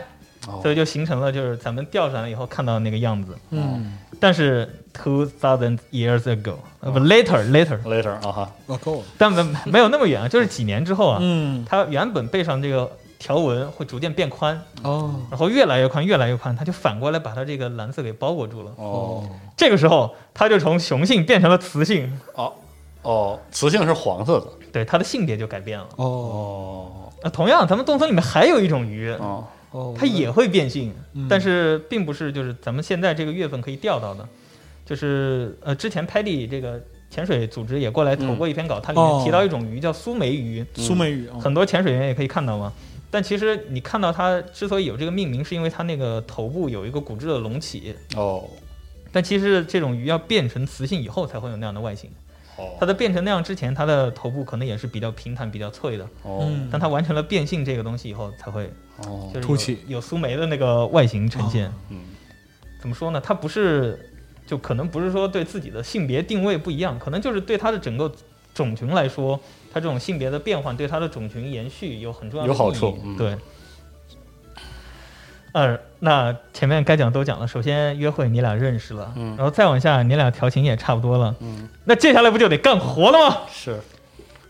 Speaker 4: 哦
Speaker 2: 所以就形成了就是咱们钓上来以后看到的那个样子。
Speaker 4: 哦
Speaker 6: 嗯，
Speaker 2: 但是 two thousand years ago，呃不 later later，
Speaker 4: ，later 啊哈，
Speaker 6: 我哦够了。
Speaker 2: 但没没有那么远啊，就是几年之后啊，
Speaker 6: 嗯，
Speaker 2: 它原本背上这个条纹会逐渐变宽，
Speaker 6: 哦，
Speaker 2: 然后越来越宽，越来越宽，它就反过来把它这个蓝色给包裹住了。
Speaker 4: 哦
Speaker 2: 这个时候，它就从雄性变成了雌性，
Speaker 4: 哦哦，雌性是黄色的，
Speaker 2: 对它的性别就改变了。
Speaker 6: 哦，
Speaker 4: 哦
Speaker 2: 那同样，咱们东森里面还有一种鱼，
Speaker 4: 哦，
Speaker 6: 哦，
Speaker 2: 它也会变性，
Speaker 6: 嗯
Speaker 2: 但是并不是就是咱们现在这个月份可以钓到的，就是呃之前 Paddy 这个潜水组织也过来
Speaker 6: 嗯
Speaker 2: 投过一篇稿，它里面提
Speaker 6: 哦
Speaker 2: 到一种鱼叫苏梅鱼，
Speaker 6: 苏梅语啊，
Speaker 2: 很多潜水员也可以看到嘛。但其实你看到它之所以有这个命名，是因为它那个头部有一个骨质的隆起，
Speaker 4: 哦
Speaker 2: 但其实这种鱼要变成雌性以后才会有那样的外形。
Speaker 4: 哦，
Speaker 2: 它在变成那样之前，它的头部可能也是比较平坦、比较脆的。
Speaker 6: 嗯
Speaker 4: 哦
Speaker 2: 但它完成了变性这个东西以后，才会
Speaker 4: 哦
Speaker 2: 就是有
Speaker 6: 凸起
Speaker 2: 有苏梅的那个外形呈现。
Speaker 4: 嗯
Speaker 2: 怎么说呢？它不是，就可能不是说对自己的性别定位不一样，可能就是对它的整个种群来说，它这种性别的变换对它的种群延续有很重要的
Speaker 4: 有好
Speaker 2: 意义
Speaker 4: 处嗯
Speaker 2: 对。呃，那前面该讲都讲了。首先约会你俩认识了，
Speaker 4: 嗯
Speaker 2: 然后再往下你俩调情也差不多了，
Speaker 4: 嗯
Speaker 2: 那接下来不就得干活了吗？
Speaker 4: 是，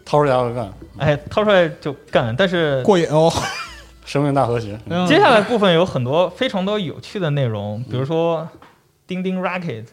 Speaker 4: 掏出牙就干，
Speaker 2: 哎，掏出来就干。但是
Speaker 6: 过瘾
Speaker 4: (laughs)
Speaker 6: 哦。
Speaker 4: 生命大和谐，嗯
Speaker 2: 接下来部分有很多非常多有趣的内容，比如说钉钉 Rocket，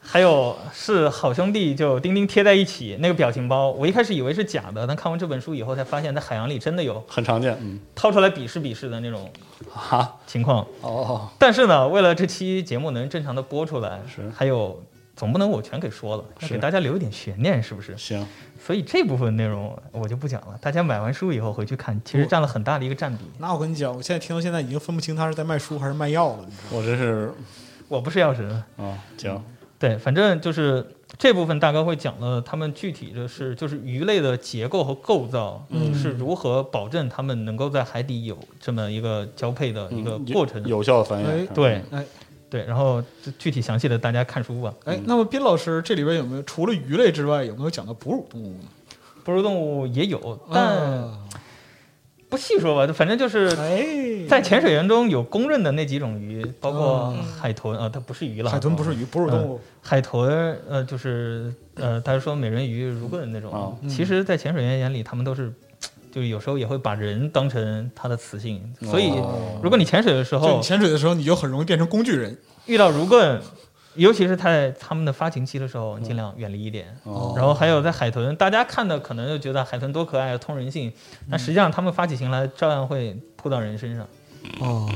Speaker 2: 还有是好兄弟就钉钉贴在一起那个表情包，我一开始以为是假的，但看完这本书以后才发现，在海洋里真的有
Speaker 4: 很常见，嗯啊
Speaker 2: 掏出来比试比试的那种
Speaker 4: 哈，
Speaker 2: 情况。
Speaker 4: 哦
Speaker 2: 但是呢，为了这期节目能正常的播出来
Speaker 4: 是，
Speaker 2: 还有总不能我全给说了，要
Speaker 4: 是
Speaker 2: 给大家留一点悬念，是不是？
Speaker 4: 行，
Speaker 2: 所以这部分内容我就不讲了，大家买完书以后回去看，其实占了很大的一个占比。
Speaker 6: 那我跟你讲，我现在听到现在已经分不清他是在卖书还是卖药了，你知道吗？
Speaker 4: 我这是
Speaker 2: 我不是药神。
Speaker 4: 啊行，
Speaker 2: 对，反正就是这部分大概会讲了他们具体的是就是鱼类的结构和构造，
Speaker 6: 嗯
Speaker 2: 是如何保证它们能够在海底有这么一个交配的一个
Speaker 4: 嗯
Speaker 2: 过程。
Speaker 4: 有有效的嗯繁
Speaker 6: 哎
Speaker 4: 衍，
Speaker 2: 对
Speaker 6: 哎
Speaker 2: 对，然后具体详细的大家看书吧。
Speaker 6: 哎，那么斌老师这里边有没有除了鱼类之外，有没有讲到哺乳动物呢？
Speaker 2: 哺乳动物也有，但
Speaker 6: 啊
Speaker 2: 不细说吧，反正就是
Speaker 6: 哎，
Speaker 2: 在潜水员中有公认的那几种鱼，包括
Speaker 6: 嗯
Speaker 2: 海豚啊，它不是鱼了，
Speaker 6: 海豚嗯不是鱼，哺乳动物
Speaker 2: 海豚，呃，就是呃，他说美人鱼、如盾那种。
Speaker 4: 哦
Speaker 2: 其实，在潜水员眼里，他们都是，就是有时候也会把人当成他的雌性。所以，
Speaker 4: 哦
Speaker 2: 如果你潜水的时
Speaker 6: 就
Speaker 2: 候
Speaker 6: 你潜水的时候，你就很容易变成工具人。
Speaker 2: 遇到如盾，尤其是它在他们的发情期的时候，尽量远离一点。
Speaker 4: 嗯哦
Speaker 2: 然后还有在海豚，大家看的可能就觉得海豚多可爱，通人性，
Speaker 4: 嗯
Speaker 2: 但实际上它们发起情来照样会扑到人身上。
Speaker 6: 哦，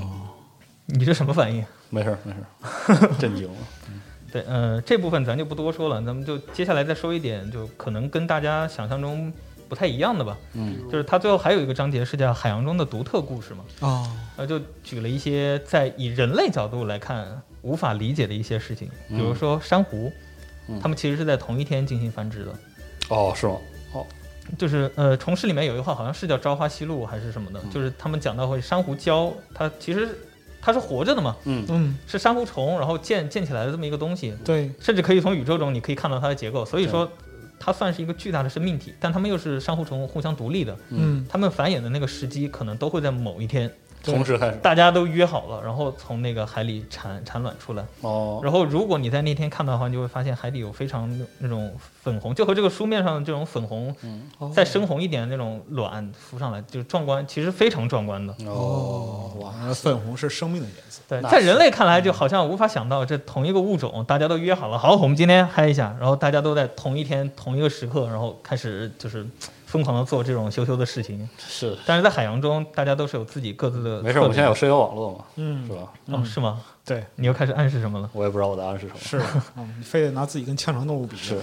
Speaker 2: 你这什么反应？
Speaker 4: 没事儿没事儿，震惊了，
Speaker 2: 对，呃，这部分咱就不多说了，咱们就接下来再说一点，就可能跟大家想象中不太一样的吧。
Speaker 4: 嗯，
Speaker 2: 就是它最后还有一个章节是叫《海洋中的独特故事》嘛，
Speaker 6: 哦，
Speaker 2: 呃，就举了一些在以人类角度来看无法理解的一些事情，比如
Speaker 4: 嗯
Speaker 2: 说珊瑚
Speaker 4: 嗯，
Speaker 2: 它们其实是在同一天进行繁殖的。
Speaker 4: 哦，是吗？哦，
Speaker 2: 就是呃，虫师里面有一话好像是叫《朝花夕露》还是什么的，
Speaker 4: 嗯
Speaker 2: 就是他们讲到会珊瑚礁，它其实它是活着的嘛，
Speaker 4: 嗯
Speaker 6: 嗯，
Speaker 2: 是珊瑚虫，然后建建起来的这么一个东西，
Speaker 6: 对，
Speaker 2: 甚至可以从宇宙中你可以看到它的结构，所以说它算是一个巨大的生命体，但它们又是珊瑚虫互相独立的，
Speaker 6: 嗯，
Speaker 2: 它们繁衍的那个时机可能都会在某一天，
Speaker 4: 同时开始。
Speaker 2: 大家都约好了，然后从那个海里产产卵出来。
Speaker 4: 哦，
Speaker 2: 然后如果你在那天看到的话，你就会发现海底有非常那种粉红，就和这个书面上的这种粉红
Speaker 6: 哦
Speaker 2: 再深红一点的那种卵浮上来，就是壮观，其实非常壮观的。
Speaker 4: 哦，哇，
Speaker 6: 哇，粉红是生命的颜色，
Speaker 2: 对，
Speaker 4: 那
Speaker 2: 在
Speaker 4: 是
Speaker 2: 人类看来
Speaker 6: 嗯
Speaker 2: 就好像无法想到，这同一个物种，大家都约好了，好，我们今天嗨一下，然后大家都在同一天、同一个时刻，然后开始就是疯狂的做这种羞羞的事情。
Speaker 4: 是
Speaker 2: 但是在海洋中，大家都是有自己各自的。
Speaker 4: 没事，我们现在有社交网络嘛，
Speaker 6: 嗯
Speaker 4: 是，吧？
Speaker 2: 有、哦、是吗？
Speaker 6: 对，
Speaker 2: 你又开始暗示什么了？
Speaker 4: 我也不知道我答案是什么，
Speaker 6: 是，嗯你非得拿自己跟呛肠动物比，啊
Speaker 4: 是，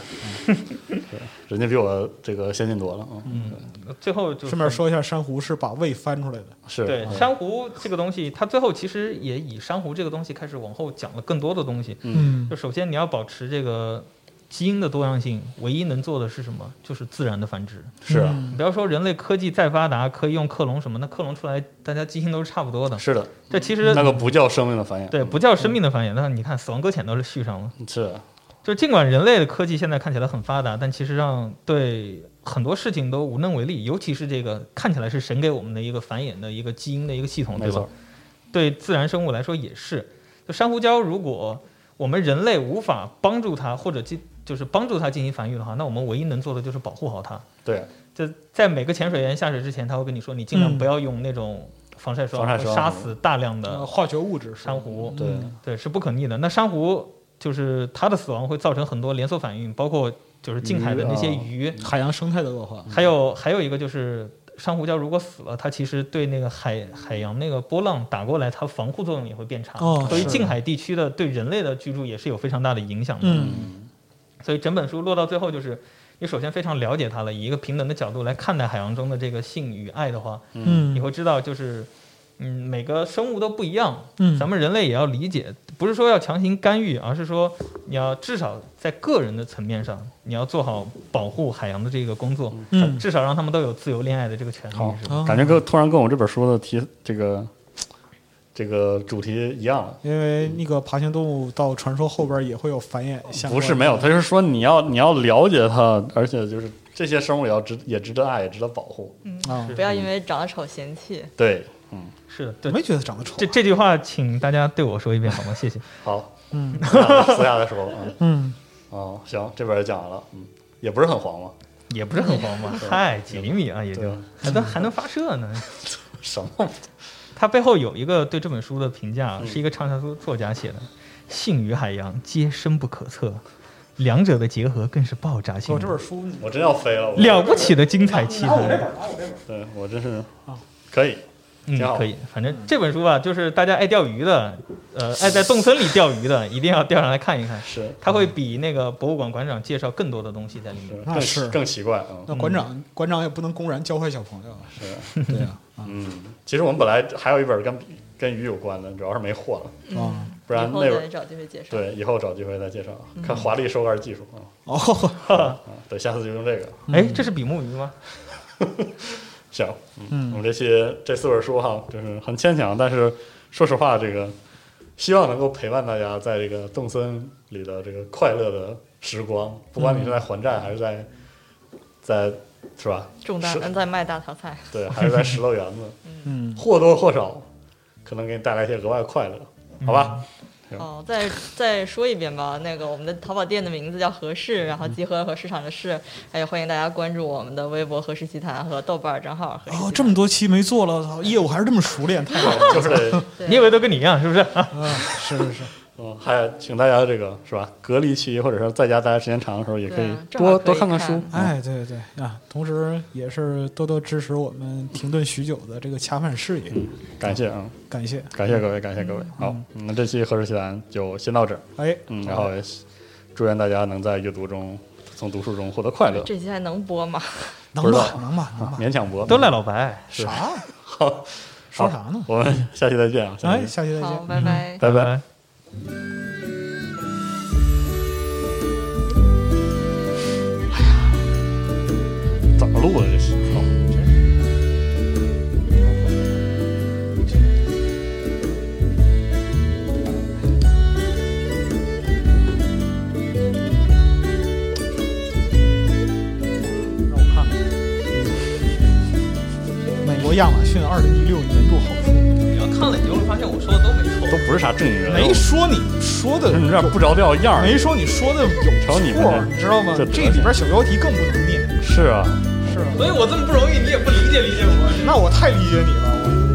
Speaker 4: 对人家比我这个先进多了，嗯，
Speaker 2: 最后就
Speaker 6: 顺便说一下，珊瑚是把胃翻出来的，
Speaker 4: 是，啊
Speaker 2: 对，珊瑚这个东西，它最后其实也以珊瑚这个东西开始往后讲了更多的东西。
Speaker 6: 嗯
Speaker 2: 就首先你要保持这个基因的多样性，唯一能做的是什么？就是自然的繁殖。
Speaker 4: 是啊，
Speaker 2: 你不要说人类科技再发达，可以用克隆什么，那克隆出来大家基因都是差不多的。
Speaker 4: 是的，
Speaker 2: 这其实
Speaker 4: 那个嗯不叫生命的繁衍，
Speaker 2: 对不叫生命的繁衍，但是你看《死亡搁浅》都是续上了。
Speaker 4: 是，啊
Speaker 2: 就尽管人类的科技现在看起来很发达，但其实让对很多事情都无能为力，尤其是这个看起来是神给我们的一个繁衍的一个基因的一个系统，
Speaker 4: 没
Speaker 2: 对吧
Speaker 4: 错？，
Speaker 2: 对自然生物来说也是。就珊瑚礁，如果我们人类无法帮助它，或者进就是帮助它进行繁育的话，那我们唯一能做的就是保护好它。
Speaker 4: 对，
Speaker 2: 就在每个潜水员下水之前，他会跟你说，你尽量
Speaker 6: 嗯
Speaker 2: 不要用那种防晒霜，
Speaker 4: 防晒霜
Speaker 2: 会杀死大量
Speaker 6: 呃
Speaker 2: 的
Speaker 6: 化学物质是
Speaker 2: 珊，瑚。
Speaker 4: 对
Speaker 6: 嗯
Speaker 2: 对，是不可逆的。那珊瑚就是它的死亡会造成很多连锁反应，包括就是近海的那些鱼，
Speaker 6: 海洋生态的恶化，
Speaker 2: 还有还有一个就是珊瑚礁如果死了，它其实对那个海海洋那个波浪打过来，它防护作用也会变差。
Speaker 6: 哦
Speaker 2: 所以
Speaker 6: 是
Speaker 2: 近海地区的对人类的居住也是有非常大的影响的。
Speaker 6: 嗯
Speaker 4: 嗯，
Speaker 2: 所以整本书落到最后就是。你首先非常了解它了，以一个平等的角度来看待海洋中的这个性与爱的话，你
Speaker 6: 嗯
Speaker 2: 会知道，就是，嗯，每个生物都不一样，
Speaker 6: 嗯
Speaker 2: 咱们人类也要理解，不是说要强行干预，而是说你要至少在个人的层面上，你要做好保护海洋的这个工作，
Speaker 6: 嗯
Speaker 2: 至少让他们都有自由恋爱的这个权利，
Speaker 4: 好
Speaker 2: 是吧？
Speaker 6: 啊
Speaker 4: 感觉跟突然跟我这本书的题这个这个主题一样了。
Speaker 6: 因为那个爬行动物到传说后边也会有繁衍相关的，
Speaker 4: 嗯不是没有，他是说你要你要了解它，而且就是这些生物也要值也值得爱，也值得保护。
Speaker 6: 啊，
Speaker 5: 不
Speaker 4: 嗯
Speaker 5: 要因为长得丑嫌弃。
Speaker 4: 对，
Speaker 2: 是的，
Speaker 6: 我
Speaker 2: 对。
Speaker 6: 没觉得长得丑啊，
Speaker 2: 这这句话，请大家对我说一遍好吗？谢谢。 (laughs)
Speaker 4: 好，
Speaker 6: 嗯
Speaker 4: 私下私下再说吧。嗯，
Speaker 6: 嗯
Speaker 4: 哦，行，这边也讲完了，嗯，也不是很黄嘛，
Speaker 2: 也不是很黄吧？嗨，几厘米啊，也
Speaker 4: 对
Speaker 2: 就
Speaker 4: 啊
Speaker 2: 还能还能发射呢。
Speaker 4: 什么？
Speaker 2: 它背后有一个对这本书的评
Speaker 4: 嗯
Speaker 2: 价，是一个畅销书作家写的：“性与海洋皆深不可测，两者的结合更是爆炸性
Speaker 6: 我
Speaker 4: 哦
Speaker 2: 的
Speaker 6: 这本书你
Speaker 4: 我真要飞了，我
Speaker 2: 了不起的精彩奇谈。
Speaker 4: 对我真是
Speaker 6: 啊
Speaker 4: 可以，”
Speaker 2: 嗯
Speaker 4: 挺好，
Speaker 2: 可以，反正这本书吧，就是大家爱钓鱼的，呃，爱在洞森里钓鱼的，一定要钓上来看一看。
Speaker 4: 是
Speaker 2: 它会比那个博物馆馆长介绍更多的东西在里面。
Speaker 4: 是
Speaker 6: 那
Speaker 4: 更
Speaker 6: 是
Speaker 4: 更奇怪啊，
Speaker 6: 那馆长馆长也不能公然教坏小朋友啊，
Speaker 4: 是
Speaker 6: 对呀，啊
Speaker 4: 嗯，其实我们本来还有一本跟跟鱼有关的，主要是没货了，
Speaker 6: 啊
Speaker 4: 不然
Speaker 5: 以后
Speaker 4: 那
Speaker 5: 再
Speaker 4: 本
Speaker 5: 找机会介绍。
Speaker 4: 对以后找机会再介绍，
Speaker 6: 嗯
Speaker 4: 看华丽收竿技术啊，
Speaker 6: 哦，
Speaker 4: 啊，对，下次就用这个。
Speaker 2: 哎，这是比目鱼吗？
Speaker 4: 行，嗯，我们这些这四本书哈，就是很牵强，但是说实话，这个希望能够陪伴大家在这个动森里的这个快乐的时光，不管你是在还债还是在在是吧？
Speaker 5: 重大
Speaker 4: 是
Speaker 5: 嗯在卖大头菜，
Speaker 4: 对，还是在石头园子，
Speaker 6: 嗯，
Speaker 4: 或多或少可能给你带来一些额外的快乐，好吧？行
Speaker 5: 哦，再再说一遍吧。那个我们的淘宝店的名字叫合适，然后集合和市场的市，还有欢迎大家关注我们的微博和氏奇谈和豆瓣儿账号和
Speaker 6: 哦，这么多期没做 (laughs) 了，操业务还是这么熟练，太好了，
Speaker 4: 就是得 (laughs)
Speaker 5: 对
Speaker 2: 你以为都跟你一样是不是？
Speaker 6: 啊是是是，
Speaker 4: 嗯，还请大家这个是吧？隔离期或者是在家待时间长的时候，也可以
Speaker 5: 对啊正好
Speaker 4: 多
Speaker 5: 可以
Speaker 4: 多看看
Speaker 5: 看
Speaker 4: 书。嗯，
Speaker 6: 哎，对对对啊，同时也是多多支持我们停顿许久的这个恰饭事业，
Speaker 4: 感谢啊，
Speaker 6: 感谢。
Speaker 4: 感谢
Speaker 6: 嗯
Speaker 4: 各位，感谢各位。好，那这期《何氏奇谈》就先到这儿。
Speaker 6: 哎，
Speaker 4: 嗯，然后也祝愿大家能在阅读中，从读书中获得快乐。
Speaker 5: 这期还能播吗？
Speaker 6: 能
Speaker 4: 不知
Speaker 6: 吧
Speaker 4: 道
Speaker 6: 能吧能吧，
Speaker 4: 勉强播，
Speaker 2: 都赖老白。
Speaker 6: 啥？啊
Speaker 4: (laughs) 好，
Speaker 6: 说啥呢？
Speaker 4: 我们下期再见啊！下期
Speaker 6: 哎，下期再见
Speaker 5: 好，。拜拜。
Speaker 4: 拜拜。怎么录的这是？哦好
Speaker 6: 让我看看。美国亚马逊二零一六年度好书，
Speaker 2: 你要看了你就会发现我说的都没
Speaker 4: 都
Speaker 2: 错。
Speaker 4: 不是啥正经人，
Speaker 6: 没说你说的
Speaker 4: 我你这不着调样儿。
Speaker 6: 没说你说的有
Speaker 4: 瞧你们
Speaker 6: 错，
Speaker 4: 这
Speaker 6: 你知道吗
Speaker 4: 这？德
Speaker 6: 这
Speaker 4: 行
Speaker 6: 里边小标题更不能念，
Speaker 4: 是啊，
Speaker 6: 是吧？
Speaker 2: 所以我这么不容易，你也不理解理解我。
Speaker 6: 那我太理解你了，我。